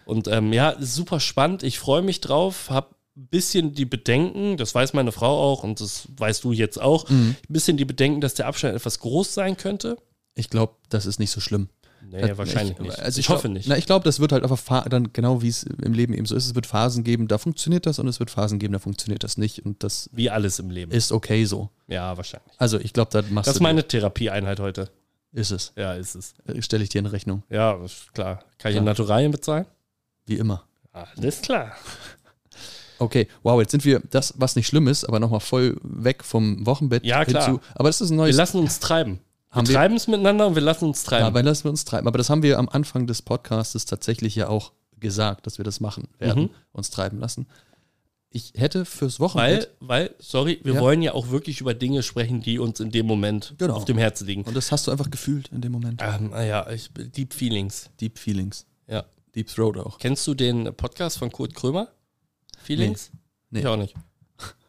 Und ähm, ja, ist super spannend. Ich freue mich drauf, habe ein bisschen die Bedenken, das weiß meine Frau auch und das weißt du jetzt auch, Mhm. ein bisschen die Bedenken, dass der Abstand etwas groß sein könnte. Ich glaube, das ist nicht so schlimm. Nee, wahrscheinlich ich, nicht. Also ich glaub- hoffe nicht. Na, ich glaube, das wird halt einfach pha- dann genau wie es im Leben eben so ist. Es wird Phasen geben, da funktioniert das und es wird Phasen geben, da funktioniert das nicht und das Wie alles im Leben. ist okay so. ja, wahrscheinlich. Also ich glaube, da machst Das ist du meine Therapieeinheit heute. ist es. äh, Ja, ist es. Stelle ich dir in Rechnung, Ja, ist klar. Kann ich in Klar. Naturalien bezahlen? wie immer. Alles klar. Okay, wow, jetzt sind wir das, was nicht schlimm ist, aber nochmal voll weg vom Wochenbett Ja, klar. Aber das ist ein Wir neues. lassen uns treiben. Wir Haben wir- treiben es miteinander und wir lassen uns Ja, treiben. aber lassen wir uns treiben. Aber das haben wir am Anfang des Podcasts tatsächlich ja auch gesagt, dass wir das machen werden, Mhm. uns treiben lassen. Ich hätte fürs weil, Wochenbett. weil, sorry, wir Ja. wollen ja auch wirklich über Dinge sprechen, die uns in dem Moment Genau. auf dem Herzen liegen. und das hast du einfach gefühlt in dem Moment. Ähm, naja, ich, Deep Feelings. Deep Feelings. Ja. Deep Throat auch. Kennst du den Podcast von Kurt Krömer? Feelings? Nee. Ich auch nicht.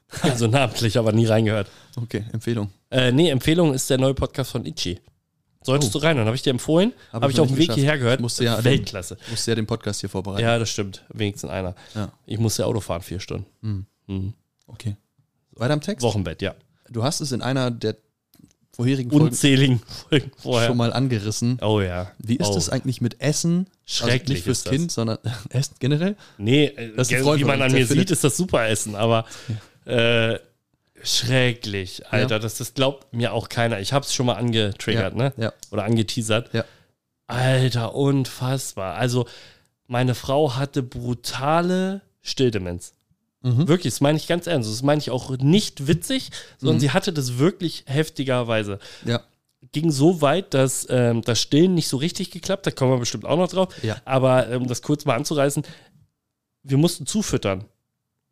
Also namentlich, aber nie reingehört. Okay, Empfehlung. Äh, nee, Empfehlung ist der neue Podcast von Itchy. Solltest Oh. du rein, dann habe ich dir empfohlen. Hab Habe ich ich noch auf dem nicht Weg hierher gehört. Musste ja- Weltklasse. Du musst ja den Podcast hier vorbereiten. Ja, das stimmt. Wenigstens einer. Ja. Ich muss ja Auto fahren, vier Stunden. Hm. Hm. Okay. Weiter am Text. Wochenbett, ja. Du hast es in einer der vorherigen Folgen Unzähligen Folgen vorher. schon mal angerissen. Oh ja. Wie ist oh. das eigentlich mit Essen? Also Schrecklich nicht fürs ist das. Kind, sondern Essen generell? Nee, äh, Das ist ein gell, Freund wie von man uns, an der mir findet- sieht, ist das Superessen, aber äh, schrecklich, Alter. Das, das glaubt mir auch keiner. Ich habe es schon mal angetriggert, ne? Ja. Oder angeteasert. Ja. Alter, unfassbar. Also, meine Frau hatte brutale Stilldemenz. Mhm. Wirklich, das meine ich ganz ernst. Das meine ich auch nicht witzig, sondern Mhm. sie hatte das wirklich heftigerweise. Ja. Ging so weit, dass ähm, das Stillen nicht so richtig geklappt hat. Da kommen wir bestimmt auch noch drauf. Ja. Aber ähm, um das kurz mal anzureißen, wir mussten zufüttern.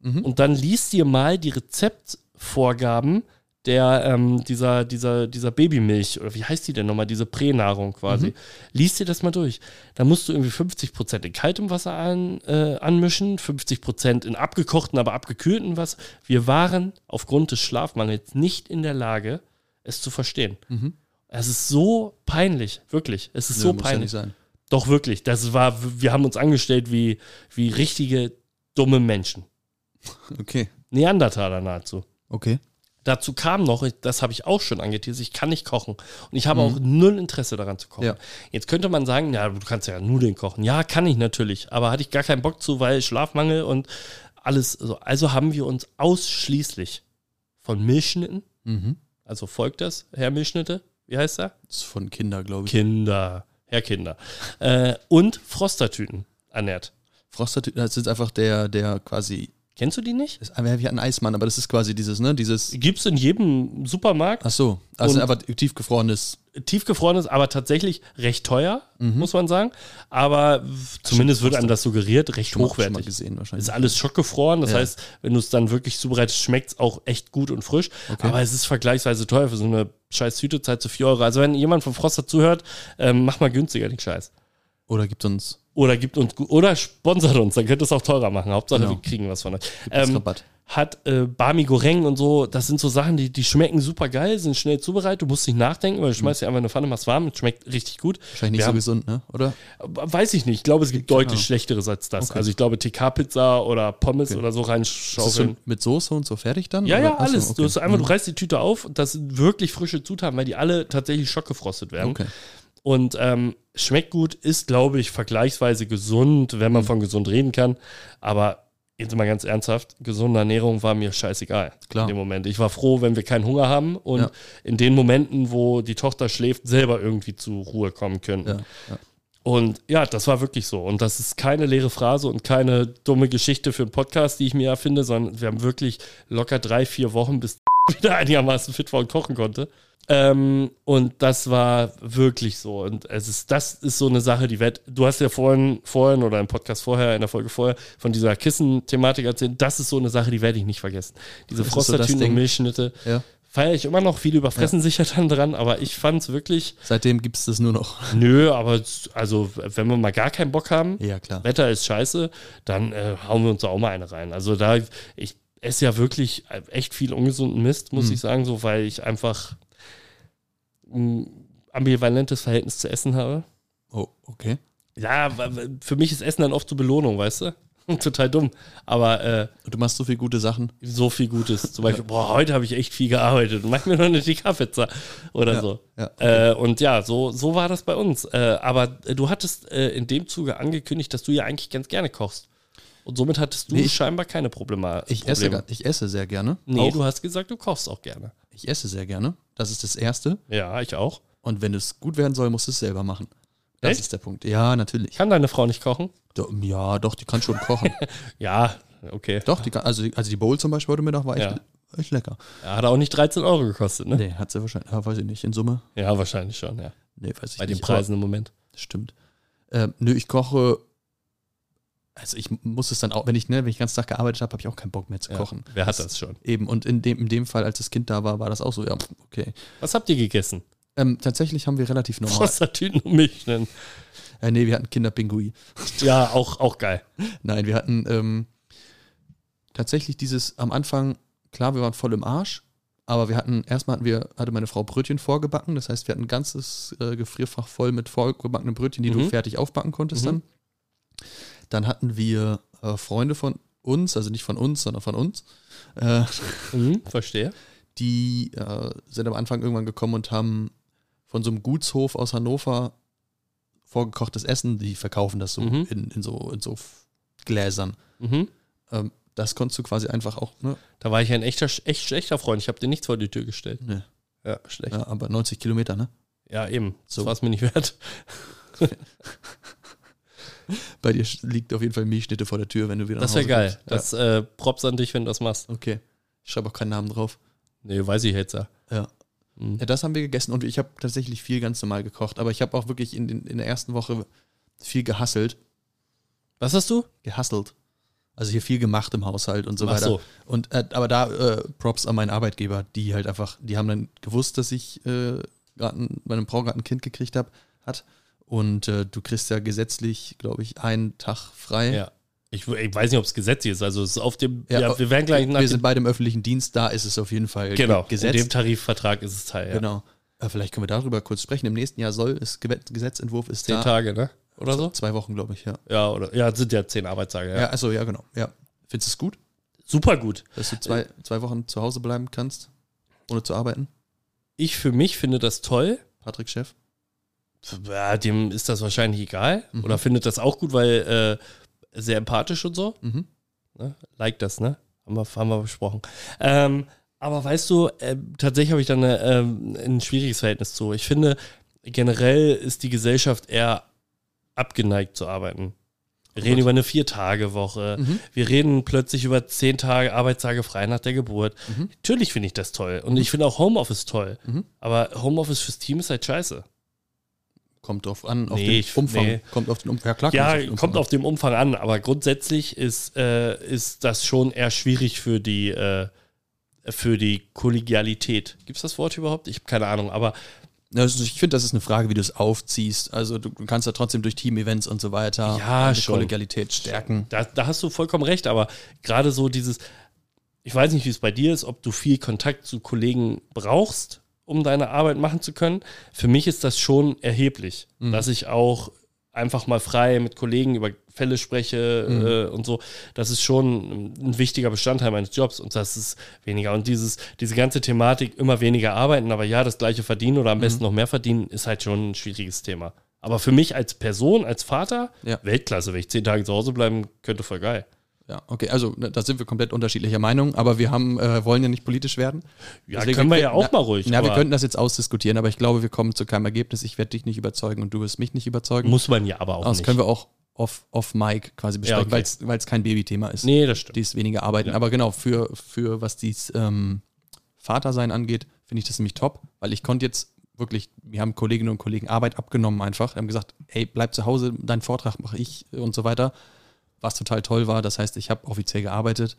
Mhm. Und dann liest dir mal die Rezeptvorgaben der, ähm, dieser, dieser, dieser Babymilch, oder wie heißt die denn nochmal, diese Pränahrung quasi. Mhm. Liest dir das mal durch. Da musst du irgendwie 50% in kaltem Wasser an, äh, anmischen, 50% in abgekochten, aber abgekühlten Wasser. Wir waren aufgrund des Schlafmangels nicht in der Lage, es zu verstehen. Mhm. Es ist so peinlich, wirklich. Es ist Nö, so muss peinlich. Ja nicht sein. Doch wirklich, das war, wir haben uns angestellt wie, wie richtige dumme Menschen. Okay. Neandertaler nahezu. Okay. Dazu kam noch, das habe ich auch schon angeteasert, ich kann nicht kochen. Und ich habe Mhm. auch null Interesse daran zu kochen. Ja. Jetzt könnte man sagen, ja, du kannst ja Nudeln kochen. Ja, kann ich natürlich, aber hatte ich gar keinen Bock zu, weil Schlafmangel und alles so. Also haben wir uns ausschließlich von Milchschnitten, Mhm. also folgt das, Herr Milchschnitte, wie heißt er? Das ist von Kinder, glaube ich. Kinder, Herr Kinder. Äh, und Frostertüten ernährt. Frostatü das ist einfach der, der quasi, Kennst du die nicht? das wäre wie ein Eismann, aber das ist quasi dieses, ne, dieses, Gibt es in jedem Supermarkt. ach so, also Und- einfach tiefgefrorenes, tiefgefroren ist, aber tatsächlich recht teuer, Mhm. muss man sagen. Aber zumindest wird einem das suggeriert, recht schon mal- schon mal hochwertig. gesehen wahrscheinlich. Ist alles schockgefroren, das Ja. heißt, wenn du es dann wirklich zubereitest, schmeckt es auch echt gut und frisch. Okay. Aber es ist vergleichsweise teuer für so eine scheiß Tüte, zahlt zu 4 Euro. Also wenn jemand von Froster zuhört, ähm, mach mal günstiger den Scheiß. Oder gibt uns, Oder gibt uns gu- oder sponsert uns, dann könnt ihr es auch teurer machen. Hauptsache, Genau. wir kriegen was von euch. gibt uns Ähm, Rabatt. hat äh, Barmi Goreng und so, das sind so Sachen, die, die schmecken super geil, sind schnell zubereitet, du musst nicht nachdenken, weil du Mhm. schmeißt dir einfach in eine Pfanne, machst warm, es schmeckt richtig gut. Wahrscheinlich nicht wir so haben- gesund, ne? Oder? Weiß ich nicht, ich glaube, es gibt Keine deutlich Ahnung. schlechteres als das. Genau. Okay. Also ich glaube, TK-Pizza oder Pommes Okay. oder so Ist das reinschaufeln. schon mit Soße und so fertig dann? Ja, oder? ja, Ach so, alles. okay. Du, hast einfach, Mhm. du reißt die Tüte auf und das sind wirklich frische Zutaten, weil die alle tatsächlich schockgefrostet werden. Okay. Und ähm, schmeckt gut, ist, glaube ich, vergleichsweise gesund, Mhm. wenn man von gesund reden kann. Aber jetzt mal ganz ernsthaft, gesunde Ernährung war mir scheißegal Klar. in dem Moment. Ich war froh, wenn wir keinen Hunger haben und Ja. in den Momenten, wo die Tochter schläft, selber irgendwie zur Ruhe kommen können. Ja, ja. Und ja, das war wirklich so. Und das ist keine leere Phrase und keine dumme Geschichte für einen Podcast, die ich mir erfinde, sondern wir haben wirklich locker drei, vier Wochen, bis wieder einigermaßen fit war und kochen konnte. Ähm, und das war wirklich so. Und es ist, das ist so eine Sache, die wird, du hast ja vorhin, vorhin oder im Podcast vorher, in der Folge vorher, von dieser Kissen-Thematik erzählt. Das ist so eine Sache, die werde ich nicht vergessen. Diese Das ist so das Frostertüten Ding. und Milchschnitte Ja. feiere ich immer noch. Viele überfressen sich ja dann dran, aber ich fand es wirklich, Seitdem gibt es das nur noch. nö, aber es- also, wenn wir mal gar keinen Bock haben, Ja, klar. Wetter ist scheiße, dann äh, hauen wir uns da auch mal eine rein. Also da, ich esse ja wirklich äh, echt viel ungesunden Mist, muss Hm. ich sagen, so weil ich einfach ein ambivalentes Verhältnis zu Essen habe. Oh, okay. Ja, wa- wa- für mich ist Essen dann oft zur Belohnung, weißt du? Total dumm. Aber äh, Und du machst so viele gute Sachen. so viel Gutes. Zum Beispiel, boah, heute habe ich echt viel gearbeitet. Mach mir noch eine Tikkapizza oder Ja, so. ja, äh, und ja, so, so war das bei uns. Äh, aber äh, du hattest äh, in dem Zuge angekündigt, dass du ja eigentlich ganz gerne kochst. Und somit hattest du Nee, ich- scheinbar keine Probleme. Ich Probleme. esse, gar- ich esse sehr gerne. Nee, auch, du hast gesagt, du kochst auch gerne. ich esse sehr gerne. Das ist das Erste. Ja, ich auch. Und wenn es gut werden soll, musst du es selber machen. Das Echt? ist der Punkt. Ja, natürlich. Kann deine Frau nicht kochen? Do- ja, doch, die kann schon kochen. Ja, okay. doch, die kann, also, also die Bowl zum Beispiel heute Mittag war echt, Ja. echt lecker. Ja, hat auch nicht 13 Euro gekostet, ne? Nee, hat sie wahrscheinlich, ja, weiß ich nicht, in Summe. Ja, wahrscheinlich schon, ja. Nee, weiß ich Bei nicht. den Preisen im Moment. Aber- Stimmt. Ähm, nö, ich koche, also ich muss es dann auch, wenn ich, ne, wenn ich den ganzen Tag gearbeitet habe, habe ich auch keinen Bock mehr zu Ja, kochen. Wer hat das schon? Eben, und in dem, in dem Fall, als das Kind da war, war das auch so, ja, okay. Was habt ihr gegessen? Ähm, tatsächlich haben wir relativ normal, Prostatinen und Milchschnitten. äh, nee, wir hatten Kinderpingui. Ja, auch, auch geil. Nein, wir hatten ähm, tatsächlich dieses am Anfang, klar, wir waren voll im Arsch, aber wir hatten, erstmal hatten wir, hatte meine Frau Brötchen vorgebacken, das heißt, wir hatten ein ganzes äh, Gefrierfach voll mit vorgebackenen Brötchen, die Mhm. du fertig aufbacken konntest Mhm. dann. Dann hatten wir äh, Freunde von uns, also nicht von uns, sondern von uns, äh, Mhm, verstehe. die äh, sind am Anfang irgendwann gekommen und haben von so einem Gutshof aus Hannover vorgekochtes Essen, die verkaufen das so Mhm. in, in so in so Gläsern. Mhm. Ähm, das konntest du quasi einfach auch, ne? Da war ich ein echter, echt schlechter Freund. Ich habe dir nichts vor die Tür gestellt. Ne. Ja, schlecht. Ja, Ja, aber 90 Kilometer, ne? eben. So So. war es mir nicht wert. Bei dir sch- liegt auf jeden Fall Milchschnitte vor der Tür, wenn du wieder Das nach wäre Hause geil. kommst. also Ja. Das äh, Props an dich, wenn du das machst. okay. Ich schreibe auch keinen Namen drauf. Nee, weiß ich jetzt ja. Ja. Mhm. ja, das haben wir gegessen und ich habe tatsächlich viel ganz normal gekocht, aber ich habe auch wirklich in, den- in der ersten Woche viel gehasselt. Was hast du? Gehasselt. Also hier viel gemacht im Haushalt und so Ach weiter. so. Und äh, aber da äh, Props an meinen Arbeitgeber, die halt einfach, die haben dann gewusst, dass ich äh, grad ein, meine Frau gerade ein Kind gekriegt hab, hat. Und äh, du kriegst ja gesetzlich, glaube ich, einen Tag frei. Ja. Ich, ich weiß nicht, ob es gesetzlich ist. Also es ist auf dem. Ja, Ja, wir werden gleich nach dem, Wir sind beide im öffentlichen Dienst, da ist es auf jeden Fall genau, gesetzt. In dem Tarifvertrag ist es Teil. Ja. Genau. Äh, vielleicht können wir darüber kurz sprechen. Im nächsten Jahr soll es Gesetzentwurf ist Zehn da. Tage, ne? Oder so? Zwei Wochen, glaube ich, ja. Ja, oder ja, sind ja zehn Arbeitstage. Ja. Ja, also ja, genau. Ja. Findest du es gut, Super gut. dass du zwei, Äh. zwei Wochen zu Hause bleiben kannst, ohne zu arbeiten? Ich für mich finde das toll. Patrick Chef? ja, dem ist das wahrscheinlich egal Mhm. oder findet das auch gut, weil äh, sehr empathisch und so. Mhm. Ne? Like das, ne? Haben wir, haben wir besprochen. Ähm, aber weißt du, äh, tatsächlich habe ich da eine, ähm, ein schwieriges Verhältnis zu. Ich finde, generell ist die Gesellschaft eher abgeneigt zu arbeiten. Wir reden Gut. über eine Vier-Tage-Woche. Mhm. Wir reden plötzlich über zehn Tage Arbeitstage frei nach der Geburt. Mhm. Natürlich finde ich das toll. Und ich finde auch Homeoffice toll. Mhm. Aber Homeoffice fürs Team ist halt scheiße. Kommt drauf an, auf Nee, den ich- Umfang. nee. Kommt auf den Umfang. Ja, klar, Ja, den Umfang kommt an. auf dem Umfang an, aber grundsätzlich ist, äh, ist das schon eher schwierig für die, äh, für die Kollegialität. Gibt es das Wort überhaupt? Ich habe keine Ahnung, aber Ja, Also ich finde, das ist eine Frage, wie du es aufziehst. Also du du kannst ja trotzdem durch Team-Events und so weiter Ja, die schon. Kollegialität stärken. da, da hast du vollkommen recht, aber gerade so dieses, ich weiß nicht, wie es bei dir ist, ob du viel Kontakt zu Kollegen brauchst, um deine Arbeit machen zu können. Für mich ist das schon erheblich, Mhm. dass ich auch einfach mal frei mit Kollegen über Fälle spreche Mhm. äh, und so. Das ist schon ein wichtiger Bestandteil meines Jobs und das ist weniger. Und dieses, diese ganze Thematik, immer weniger arbeiten, aber ja, das gleiche verdienen oder am Mhm. besten noch mehr verdienen, ist halt schon ein schwieriges Thema. Aber für mich als Person, als Vater, Ja. Weltklasse, wenn ich zehn Tage zu Hause bleiben könnte, voll geil. Ja, okay, also ne, da sind wir komplett unterschiedlicher Meinung, aber wir haben, äh, wollen ja nicht politisch werden. Ja, Deswegen- können wir ja auch na, mal ruhig. Na, wir aber könnten das jetzt ausdiskutieren, aber ich glaube, wir kommen zu keinem Ergebnis. Ich werde dich nicht überzeugen und du wirst mich nicht überzeugen. muss man ja aber auch Aber Ah, das nicht. können wir auch off, off Mic quasi Ja, besprechen, okay. weil es kein Babythema ist. nee, das stimmt. Die ist weniger arbeiten. Ja. Aber genau, für, für was dies ähm, Vatersein angeht, finde ich das nämlich top, weil ich konnte jetzt wirklich, wir haben Kolleginnen und Kollegen Arbeit abgenommen einfach, haben gesagt, ey, bleib zu Hause, deinen Vortrag mache ich und so weiter. Was total toll war, das heißt, ich habe offiziell gearbeitet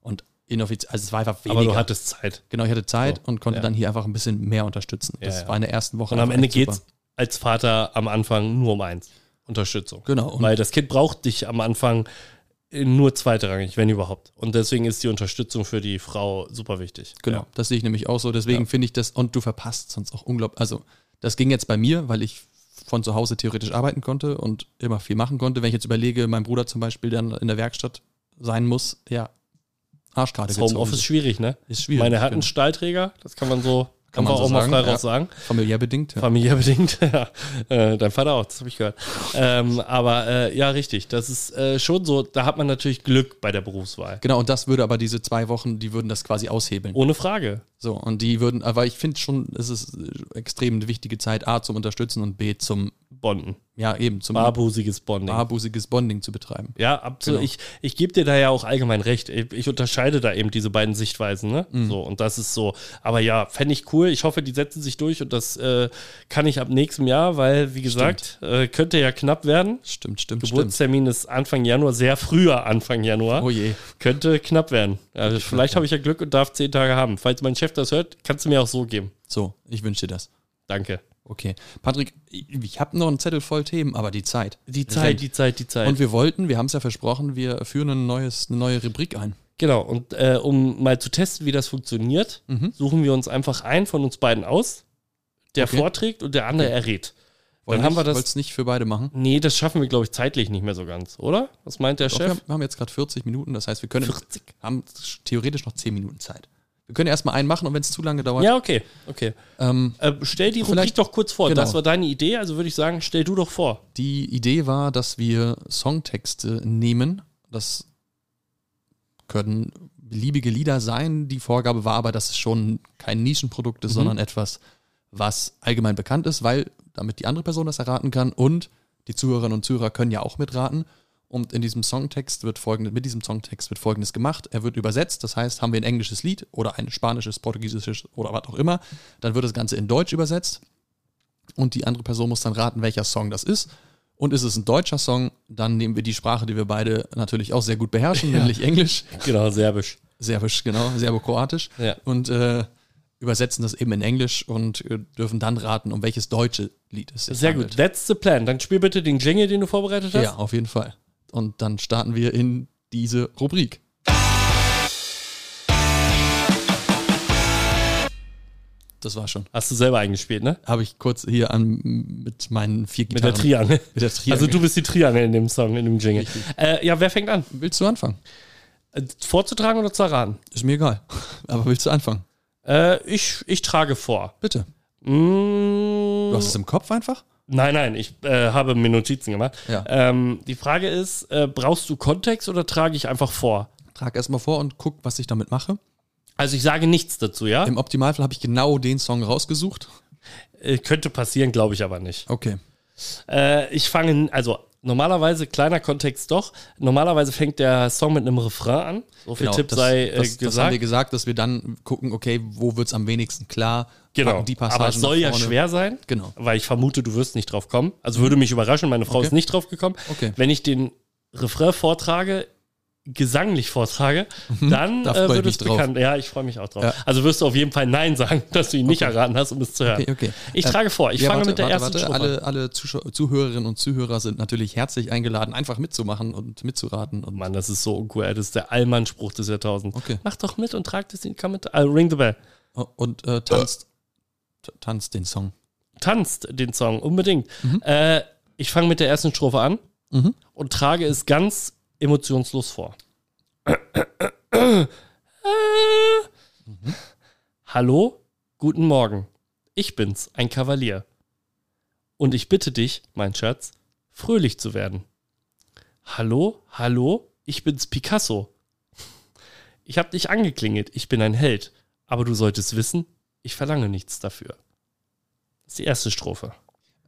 und inoffiziell, also es war einfach weniger. aber du hattest Zeit. genau, ich hatte Zeit So, und konnte ja. dann hier einfach ein bisschen mehr unterstützen. Ja, das ja. war in der ersten Woche. Und am einfach Ende echt super. geht's als Vater am Anfang nur um eins. Unterstützung. Genau, und Weil das Kind braucht dich am Anfang nur zweitrangig, wenn überhaupt. Und deswegen ist die Unterstützung für die Frau super wichtig. Genau, Ja. das sehe ich nämlich auch so. Deswegen finde ich das, und du verpasst sonst auch unglaublich. Also, das ging jetzt bei mir, weil ich von zu Hause theoretisch arbeiten konnte und immer viel machen konnte. Wenn ich jetzt überlege, mein Bruder zum Beispiel, der in der Werkstatt sein muss, ja, Arschkarte Das Homeoffice ist gezogen. schwierig, ne? ist um schwierig. Meine hat einen genau. Stahlträger, das kann man so, kann Kann man man so auch mal sagen, frei ja. raus sagen. familiär bedingt. Ja. Familiär bedingt, ja. Äh, dein Vater auch, das habe ich gehört. Ähm, aber äh, ja, richtig, das ist äh, schon so, da hat man natürlich Glück bei der Berufswahl. Genau, und das würde aber diese zwei Wochen, die würden das quasi aushebeln. Ohne Frage. So, und die würden, aber ich finde schon, es ist äh, extrem eine wichtige Zeit, A, zum Unterstützen und B, zum, Bonden. ja, eben, zum Barbusiges Bonding. barbusiges Bonding zu betreiben. Ja, absolut. Genau. Ich, ich gebe dir da ja auch allgemein recht. Ich, ich unterscheide da eben diese beiden Sichtweisen, ne? So, und das ist so. Aber ja, fände ich cool. Ich hoffe, die setzen sich durch und das äh, kann ich ab nächstem Jahr, weil, wie gesagt, äh, könnte ja knapp werden. Stimmt, stimmt, stimmt. Geburtstermin ist Anfang Januar, sehr früher Anfang Januar. Oh je. Könnte knapp werden. Also vielleicht habe ich ja Glück und darf zehn Tage haben. Falls mein Chef das hört, kannst du mir auch so geben. So, ich wünsche dir das. Danke. Okay. Patrick, ich habe noch einen Zettel voll Themen, aber die Zeit. Die Zeit, die Zeit, die Zeit. Und wir wollten, wir haben es ja versprochen, wir führen ein neues, eine neue Rubrik ein. Genau, und äh, um mal zu testen, wie das funktioniert, Mhm. suchen wir uns einfach einen von uns beiden aus, der Okay. vorträgt und der andere errät. Dann haben wir das- es nicht für beide machen. Nee, das schaffen wir, glaube ich, zeitlich nicht mehr so ganz, oder? Was meint der Doch, wir Chef? haben- wir haben jetzt gerade 40 Minuten, das heißt, wir können 40. haben theoretisch noch 10 Minuten Zeit. Wir können erstmal einen machen und wenn es zu lange dauert, Ja, okay, okay. ähm, Äh, stell die Rubrik Vielleicht- doch kurz vor. genau. Das war deine Idee, also würde ich sagen, stell du doch vor. die Idee war, dass wir Songtexte nehmen. Das können beliebige Lieder sein. Die Vorgabe war aber, dass es schon kein Nischenprodukt ist, sondern etwas, was allgemein bekannt ist, weil damit die andere Person das erraten kann und die Zuhörerinnen und Zuhörer können ja auch mitraten. Und in diesem Songtext wird folgendes, mit diesem Songtext wird folgendes gemacht. Er wird übersetzt, das heißt, haben wir ein englisches Lied oder ein spanisches, portugiesisches oder was auch immer, dann wird das Ganze in Deutsch übersetzt und die andere Person muss dann raten, welcher Song das ist. Und ist es ein deutscher Song, dann nehmen wir die Sprache, die wir beide natürlich auch sehr gut beherrschen, nämlich Englisch, Genau, serbisch. Serbisch, genau, Serbokroatisch, Ja. und äh, übersetzen das eben in Englisch und äh, dürfen dann raten, um welches deutsche Lied es sich Sehr handelt. gut, that's the plan. Dann spiel bitte den Jingle, den du vorbereitet hast. Ja, auf jeden Fall. Und dann starten wir in diese Rubrik. Das war schon. Hast du selber eingespielt, ne? Habe ich kurz hier an mit meinen vier Mit der Gitarren. Triangel. mit der Triangel. Also du bist die Triangel in dem Song, in dem Jingle. Richtig. Äh, ja, wer fängt an? willst du anfangen? Äh, Vorzutragen oder zu erraten? Ist mir egal. Aber willst du anfangen? Äh, ich, ich trage vor. Bitte. Mm, Du hast es im Kopf einfach? nein, nein, ich äh, habe mir Notizen gemacht. Ja. Ähm, die Frage ist, äh, brauchst du Kontext oder trage ich einfach vor? Trag erstmal vor und guck, was ich damit mache. Also ich sage nichts dazu, ja? Im Optimalfall habe ich genau den Song rausgesucht. Äh, könnte passieren, glaube ich aber nicht. Okay. Äh, ich fange, n- also normalerweise, kleiner Kontext doch, normalerweise fängt der Song mit einem Refrain an. So viel Tipp Genau, das, sei äh, das, Das haben wir gesagt. gesagt, dass wir dann gucken, okay, wo wird es am wenigsten klar? genau, Packen Die Passagen aber es soll nach ja vorne. schwer sein. Genau. weil ich vermute, du wirst nicht drauf kommen. Also würde mich überraschen, meine Frau Mhm. Okay. ist nicht drauf gekommen. Okay. Wenn ich den Refrain vortrage, gesanglich vortrage, dann Mhm. Da äh, freu ich wird mich es drauf. bekannt. Ja, ich freue mich auch drauf. Ja. Also wirst du auf jeden Fall Nein sagen, dass du ihn nicht erraten hast, um es zu hören. Okay, okay. Ich Äh, trage vor, ich ja, fange warte, mit der warte, ersten warte. Strophe an. Alle, alle Zuschau- Zuhörerinnen und Zuhörer sind natürlich herzlich eingeladen, einfach mitzumachen und mitzuraten. Und Mann, das ist so uncool. ey. Das ist der Allmann-Spruch des Jahrtausends. Okay. Mach doch mit und trag das in die Kommentare. Äh, ring the bell. und äh, tanzt, t- tanzt den Song. Tanzt den Song, unbedingt. Äh, ich fange mit der ersten Strophe an Mhm. und trage es ganz emotionslos vor. Hallo, guten Morgen. Ich bin's, ein Kavalier. Und ich bitte dich, mein Schatz, fröhlich zu werden. Hallo, hallo, ich bin's Picasso. Ich hab dich angeklingelt, ich bin ein Held. Aber du solltest wissen, ich verlange nichts dafür. Das ist die erste Strophe.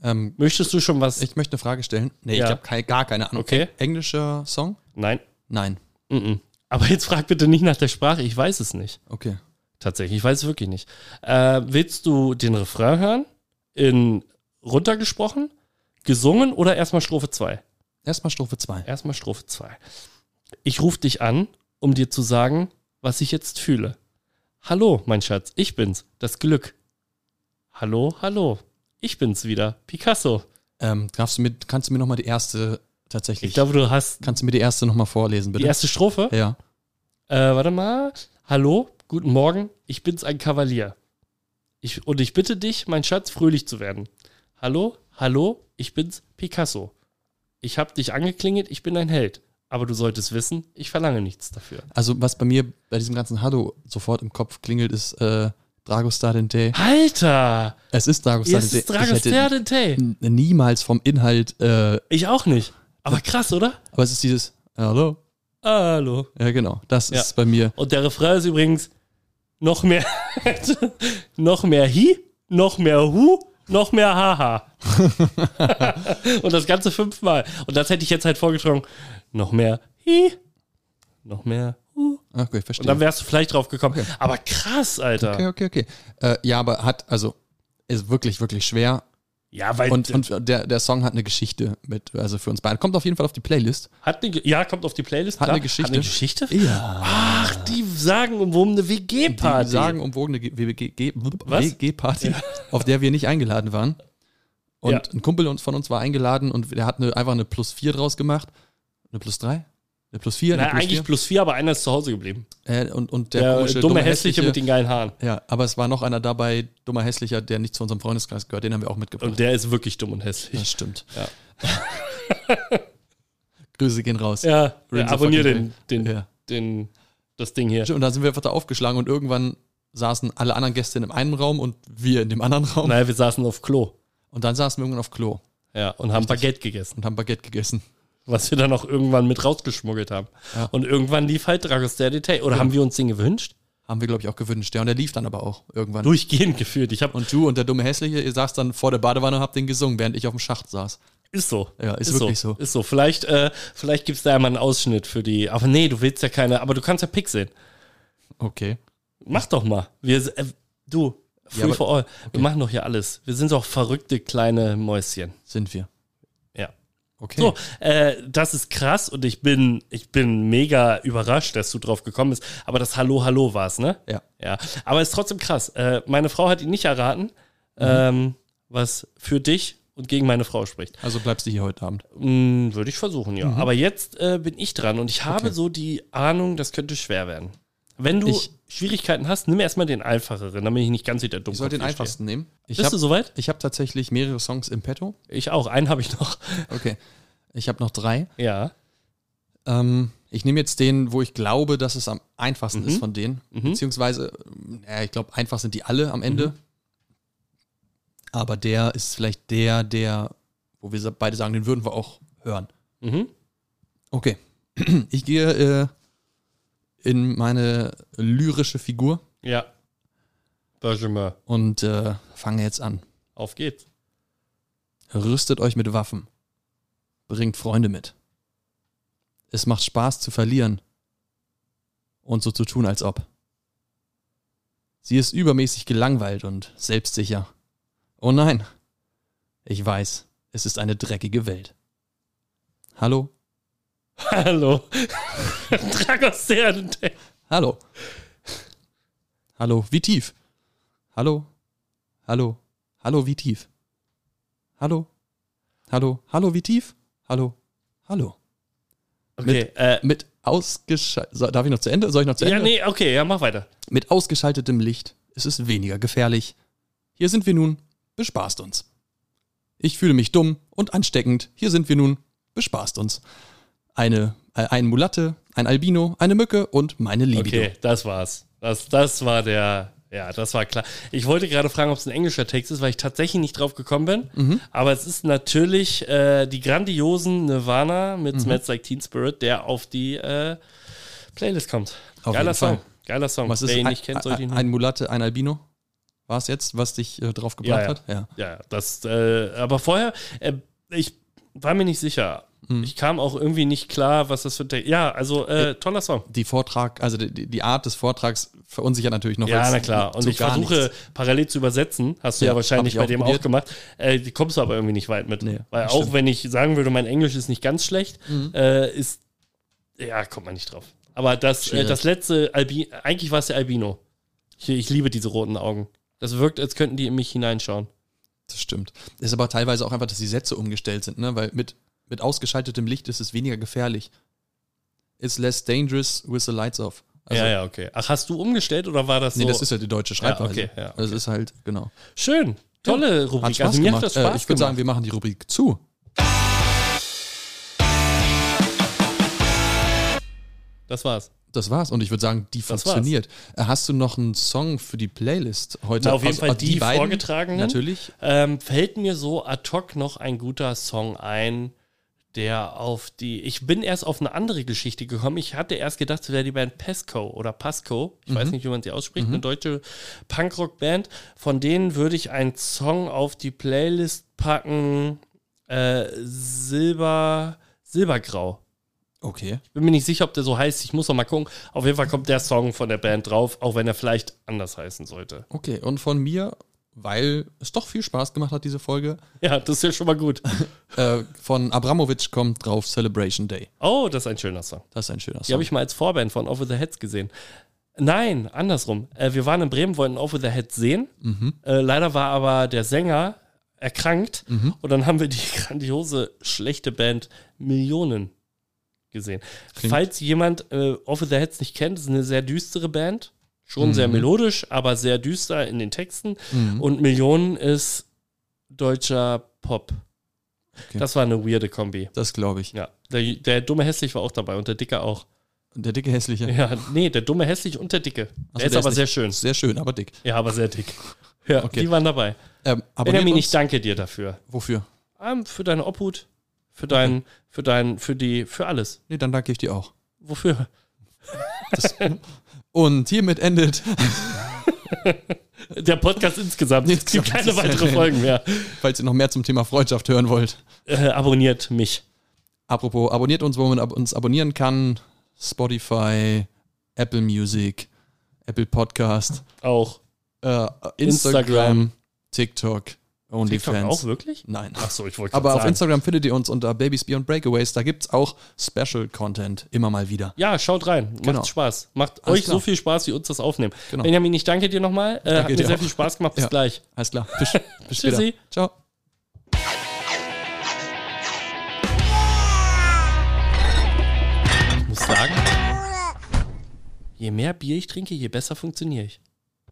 Ähm, Möchtest du schon was? ich möchte eine Frage stellen. Nee, Ja. ich habe kei gar keine Ahnung. Okay. Englischer Song? Nein. Nein. Mhm. Aber jetzt frag bitte nicht nach der Sprache, ich weiß es nicht. Okay. Tatsächlich, ich weiß es wirklich nicht. Äh, willst du den Refrain hören? In runtergesprochen, gesungen oder erstmal Strophe 2? Erstmal Strophe 2. Erstmal Strophe 2. Ich rufe dich an, um dir zu sagen, was ich jetzt fühle. Hallo, mein Schatz, ich bin's, das Glück. Hallo, hallo, ich bin's wieder, Picasso. Ähm, darfst du mit, kannst du mir nochmal die erste tatsächlich. Ich glaube, du hast Kannst du mir die erste nochmal vorlesen, die bitte? erste Strophe. Ja. Äh, warte mal. Hallo, guten Morgen. Ich bin's ein Kavalier. Ich, und ich bitte dich, mein Schatz, fröhlich zu werden. Hallo, hallo, ich bin's Picasso. Ich hab dich angeklingelt, ich bin ein Held. Aber du solltest wissen, ich verlange nichts dafür. Also, was bei mir bei diesem ganzen Hallo sofort im Kopf klingelt, ist äh, Dragos Day. Alter! Es ist Dragos Jetzt Day. ist Dragos Day. n- niemals vom Inhalt, äh, Ich auch nicht. Aber krass, oder? aber es ist dieses Hallo. Hallo. Ja, genau. Das Ja. ist bei mir. Und der Refrain ist übrigens noch mehr, noch mehr Hi, noch mehr Hu, noch mehr Haha. Und das Ganze fünfmal. Und das hätte ich jetzt halt vorgeschlagen. Noch mehr Hi, noch mehr Hu. Ach, ah, okay, Und verstehe. dann wärst du vielleicht drauf gekommen. Aber krass, Alter. okay, okay, okay. Äh, ja, aber hat, also, ist wirklich, wirklich schwer. Ja, weil Und, und der, der Song hat eine Geschichte mit, also für uns beide. Kommt auf jeden Fall auf die Playlist. hat eine, Ge- ja, kommt auf die Playlist. Hat klar. eine Geschichte. Hat eine Geschichte? Ja. Ach, die sagen um eine WG-Party. Die sagen umwogene Was? WG-Party, auf der wir nicht eingeladen waren. Und Ja. ein Kumpel uns- von uns war eingeladen und der hat eine, einfach eine plus 4 draus gemacht. Eine plus 3? Eine plus 4? Na, eine plus eigentlich plus vier, aber einer ist zu Hause geblieben. vier. Äh, und, und der, Der, komische, dumme, hässliche mit den geilen Haaren. Ja, aber es war noch einer dabei, dummer Hässlicher, der nicht zu unserem Freundeskreis gehört. Den haben wir auch mitgebracht. Und der ist wirklich dumm und hässlich. Das stimmt. Ja. Grüße gehen raus. Ja, ja Rinse abonnier fucking den, den, Ja. den, das Ding hier. Und dann sind wir einfach da aufgeschlagen und irgendwann saßen alle anderen Gäste in dem einen Raum und wir in dem anderen Raum. Naja, wir saßen auf Klo. Und dann saßen wir irgendwann auf Klo Ja, und haben Baguette gegessen, und haben Baguette gegessen. was wir dann auch irgendwann mit rausgeschmuggelt haben. Ja. Und irgendwann lief halt Dragos der Detail. Oder haben wir uns den gewünscht? Haben wir, glaube ich, auch gewünscht. Ja, und der lief dann aber auch irgendwann. Durchgehend geführt. Ich habe Und du und der dumme Hässliche, ihr saßt dann vor der Badewanne und habt den gesungen, während ich auf dem Schacht saß. ist so. Ja, ist wirklich so. Ist so. Vielleicht, äh, vielleicht gibt's da ja mal einen Ausschnitt für die. Aber nee, du willst ja keine. Aber du kannst ja Pick sehen. Okay. Mach doch mal. Wir, äh, du, Free Ja, aber- for All. Wir machen doch hier alles. Wir sind doch verrückte kleine Mäuschen. Sind wir. Ja. Okay. So, äh, das ist krass und ich bin, ich bin mega überrascht, dass du drauf gekommen bist. Aber das Hallo, Hallo war's, ne? Ja. Ja. Aber ist trotzdem krass. Äh, meine Frau hat ihn nicht Mhm. erraten, ähm, was für dich und gegen meine Frau spricht. Also bleibst du hier heute Abend. Hm, Würde ich versuchen, ja. Aber jetzt äh, bin ich dran und ich habe Mhm. Okay. so die Ahnung, das könnte schwer werden. Wenn du Ich- Schwierigkeiten hast, nimm erstmal den einfacheren, damit ich nicht ganz wieder dumm Ich sollte den einfachsten nehmen. Ich Bist du habe soweit? hab tatsächlich mehrere Songs im Petto. Ich auch. Einen habe ich noch. Okay. Ich habe noch drei. Ja. Ähm, ich nehme jetzt den, wo ich glaube, dass es am einfachsten Mhm. ist von denen. Beziehungsweise, äh, ich glaube, einfach sind die alle am Ende. Aber der ist vielleicht der, der, wo wir sa- beide sagen, den würden wir auch hören. Mhm. Okay. Ich gehe äh, in meine lyrische Figur Ja. Benjamin. und äh, fange jetzt an. Auf geht's. Rüstet euch mit Waffen. Bringt Freunde mit. Es macht Spaß zu verlieren und so zu tun, als ob. Sie ist übermäßig gelangweilt und selbstsicher. Oh nein. Ich weiß, es ist eine dreckige Welt. Hallo? Hallo. Dragos Day. Hallo. Hallo, wie tief? Hallo. Hallo. Hallo, wie tief? Hallo. Hallo. Hallo, wie tief? Hallo. Hallo. Okay, äh, Mit ausgeschaltetem. Darf ich noch zu Ende? Soll ich noch zu ja, Ende? nee, okay, ja, mach weiter. Mit ausgeschaltetem Licht ist es weniger gefährlich. Hier sind wir nun. Bespaßt uns. Ich fühle mich dumm und ansteckend. Hier sind wir nun. Bespaßt uns. Eine, äh, ein Mulatte, ein Albino, eine Mücke und meine Libido. Okay, das war's. Das, das war der, ja, das war klar. Ich wollte gerade fragen, ob es ein englischer Text ist, weil ich tatsächlich nicht drauf gekommen bin. Mhm. Aber es ist natürlich äh, die grandiosen Nirvana mit Mhm. Smells Like Teen Spirit, der auf die äh, Playlist kommt. Auf Geiler jeden Fall. Song. Geiler Song. Was ist Wer ihn ein, nicht kennt, sollte ihn ein Mulatte, ein Albino? War es jetzt, was dich äh, drauf gebracht ja. hat? Ja. Ja, das, äh, aber vorher, äh, ich war mir nicht sicher. Hm. Ich kam auch irgendwie nicht klar, was das für ein Text. Ja, also äh, toller Song. Die Vortrag, also die- die, die Art des Vortrags verunsichert natürlich noch. Ja, weil's na klar. Und zu ich gar versuche nichts- parallel zu übersetzen. Hast du ja, Ja, wahrscheinlich hab bei ich auch dem auch probiert. gemacht. Äh, die kommst du aber irgendwie nicht weit mit. Nee, Weil auch stimmt. Mhm. wenn ich sagen würde, mein Englisch ist nicht ganz schlecht, äh, ist, ja, kommt man nicht drauf. Aber das, äh, Schwierig. das letzte, Albi eigentlich war es der Albino. Ich, ich liebe diese roten Augen. Das wirkt, als könnten die in mich hineinschauen. Das stimmt. Ist aber teilweise auch einfach, dass die Sätze umgestellt sind, ne? Weil mit mit ausgeschaltetem Licht ist es weniger gefährlich. It's less dangerous with the lights off. Also, ja, ja, okay. Ach, hast du umgestellt oder war das Nee, so? das ist ja die deutsche Schreibweise. okay, ja, Das ist halt, genau. Schön. Tolle Rubrik. Hat Spaß also mir gemacht. hat das äh, Spaß ich würde gemacht. sagen, wir machen die Rubrik zu. das war's. Das war's. Und ich würde sagen, die war's. funktioniert. Äh, Hast du noch einen Song für die Playlist heute? Na, auf jeden Aus- Fall aus- die Also beiden? vorgetragenen. Natürlich. Ähm, fällt mir so ad hoc noch ein guter Song ein, der auf die. Ich bin erst auf eine andere Geschichte gekommen. Ich hatte erst gedacht, es wäre die Band Pesco oder Pasco. Ich Mhm. weiß nicht, wie man sie ausspricht. Eine deutsche Punkrock-Band. Von denen würde ich einen Song auf die Playlist packen. Äh, Silber. Silbergrau. Okay. Bin mir nicht sicher, ob der so heißt. Ich muss noch mal gucken. Auf jeden Fall kommt der Song von der Band drauf, auch wenn er vielleicht anders heißen sollte. Okay. Und von mir, weil es doch viel Spaß gemacht hat, diese Folge, Ja, das ist ja schon mal gut. äh, von Abramovic kommt drauf Celebration Day. Oh, das ist ein schöner Song. Das ist ein schöner Die habe Song. ich mal als Vorband von Over the Heads gesehen. Nein, andersrum. Äh, wir waren in Bremen, wollten Over the Heads sehen. Mhm. Äh, leider war aber der Sänger erkrankt Mhm. und dann haben wir die grandiose, schlechte Band Millionen gesehen. Klingt- Falls jemand äh, Over the Heads nicht kennt, ist eine sehr düstere Band. Schon sehr melodisch, aber sehr düster in den Texten. Hm? Mhm. Und Millionen ist deutscher Pop. Okay. Das war eine weirde Kombi. Das glaube ich. Ja, der, der dumme Hässlich war auch dabei und der Dicke auch. Der dicke hässliche. Ja, nee, der dumme hässlich und der dicke. Ach so, der ist der aber ist sehr schön. Sehr schön, aber dick. Ja, aber sehr dick. Ja, Okay. die waren dabei. Ähm, abonniert Benjamin, uns. ich danke dir dafür. Wofür? Ähm, für deine Obhut, für deinen, für deinen, für die, für alles. Nee, dann danke ich dir auch. Wofür? Und hiermit endet Der Podcast insgesamt. Es gibt Insgesamt keine ist- weitere Folgen mehr. Falls ihr noch mehr zum Thema Freundschaft hören wollt. Äh, abonniert mich. Apropos, abonniert uns, wo man ab uns abonnieren kann. Spotify, Apple Music, Apple Podcast, Auch. äh, Instagram, Instagram. TikTok, TikTok auch OnlyFans. wirklich? Nein. Achso, ich wollte gerade Aber sagen. auf Instagram findet ihr uns unter Babys Beyond Breakaways. Da gibt's auch Special Content immer mal wieder. Ja, schaut rein. Genau. Macht Spaß. Macht Alles euch klar. so viel Spaß, wie uns das aufnehmen. Genau. Benjamin, ich danke dir nochmal. Äh, hat Danke mir dir sehr auch. viel Spaß gemacht. Bis Ja. gleich. Alles klar. Bis, bis später. Tschüssi. Ciao. Ich muss sagen, je mehr Bier ich trinke, je besser funktioniere ich.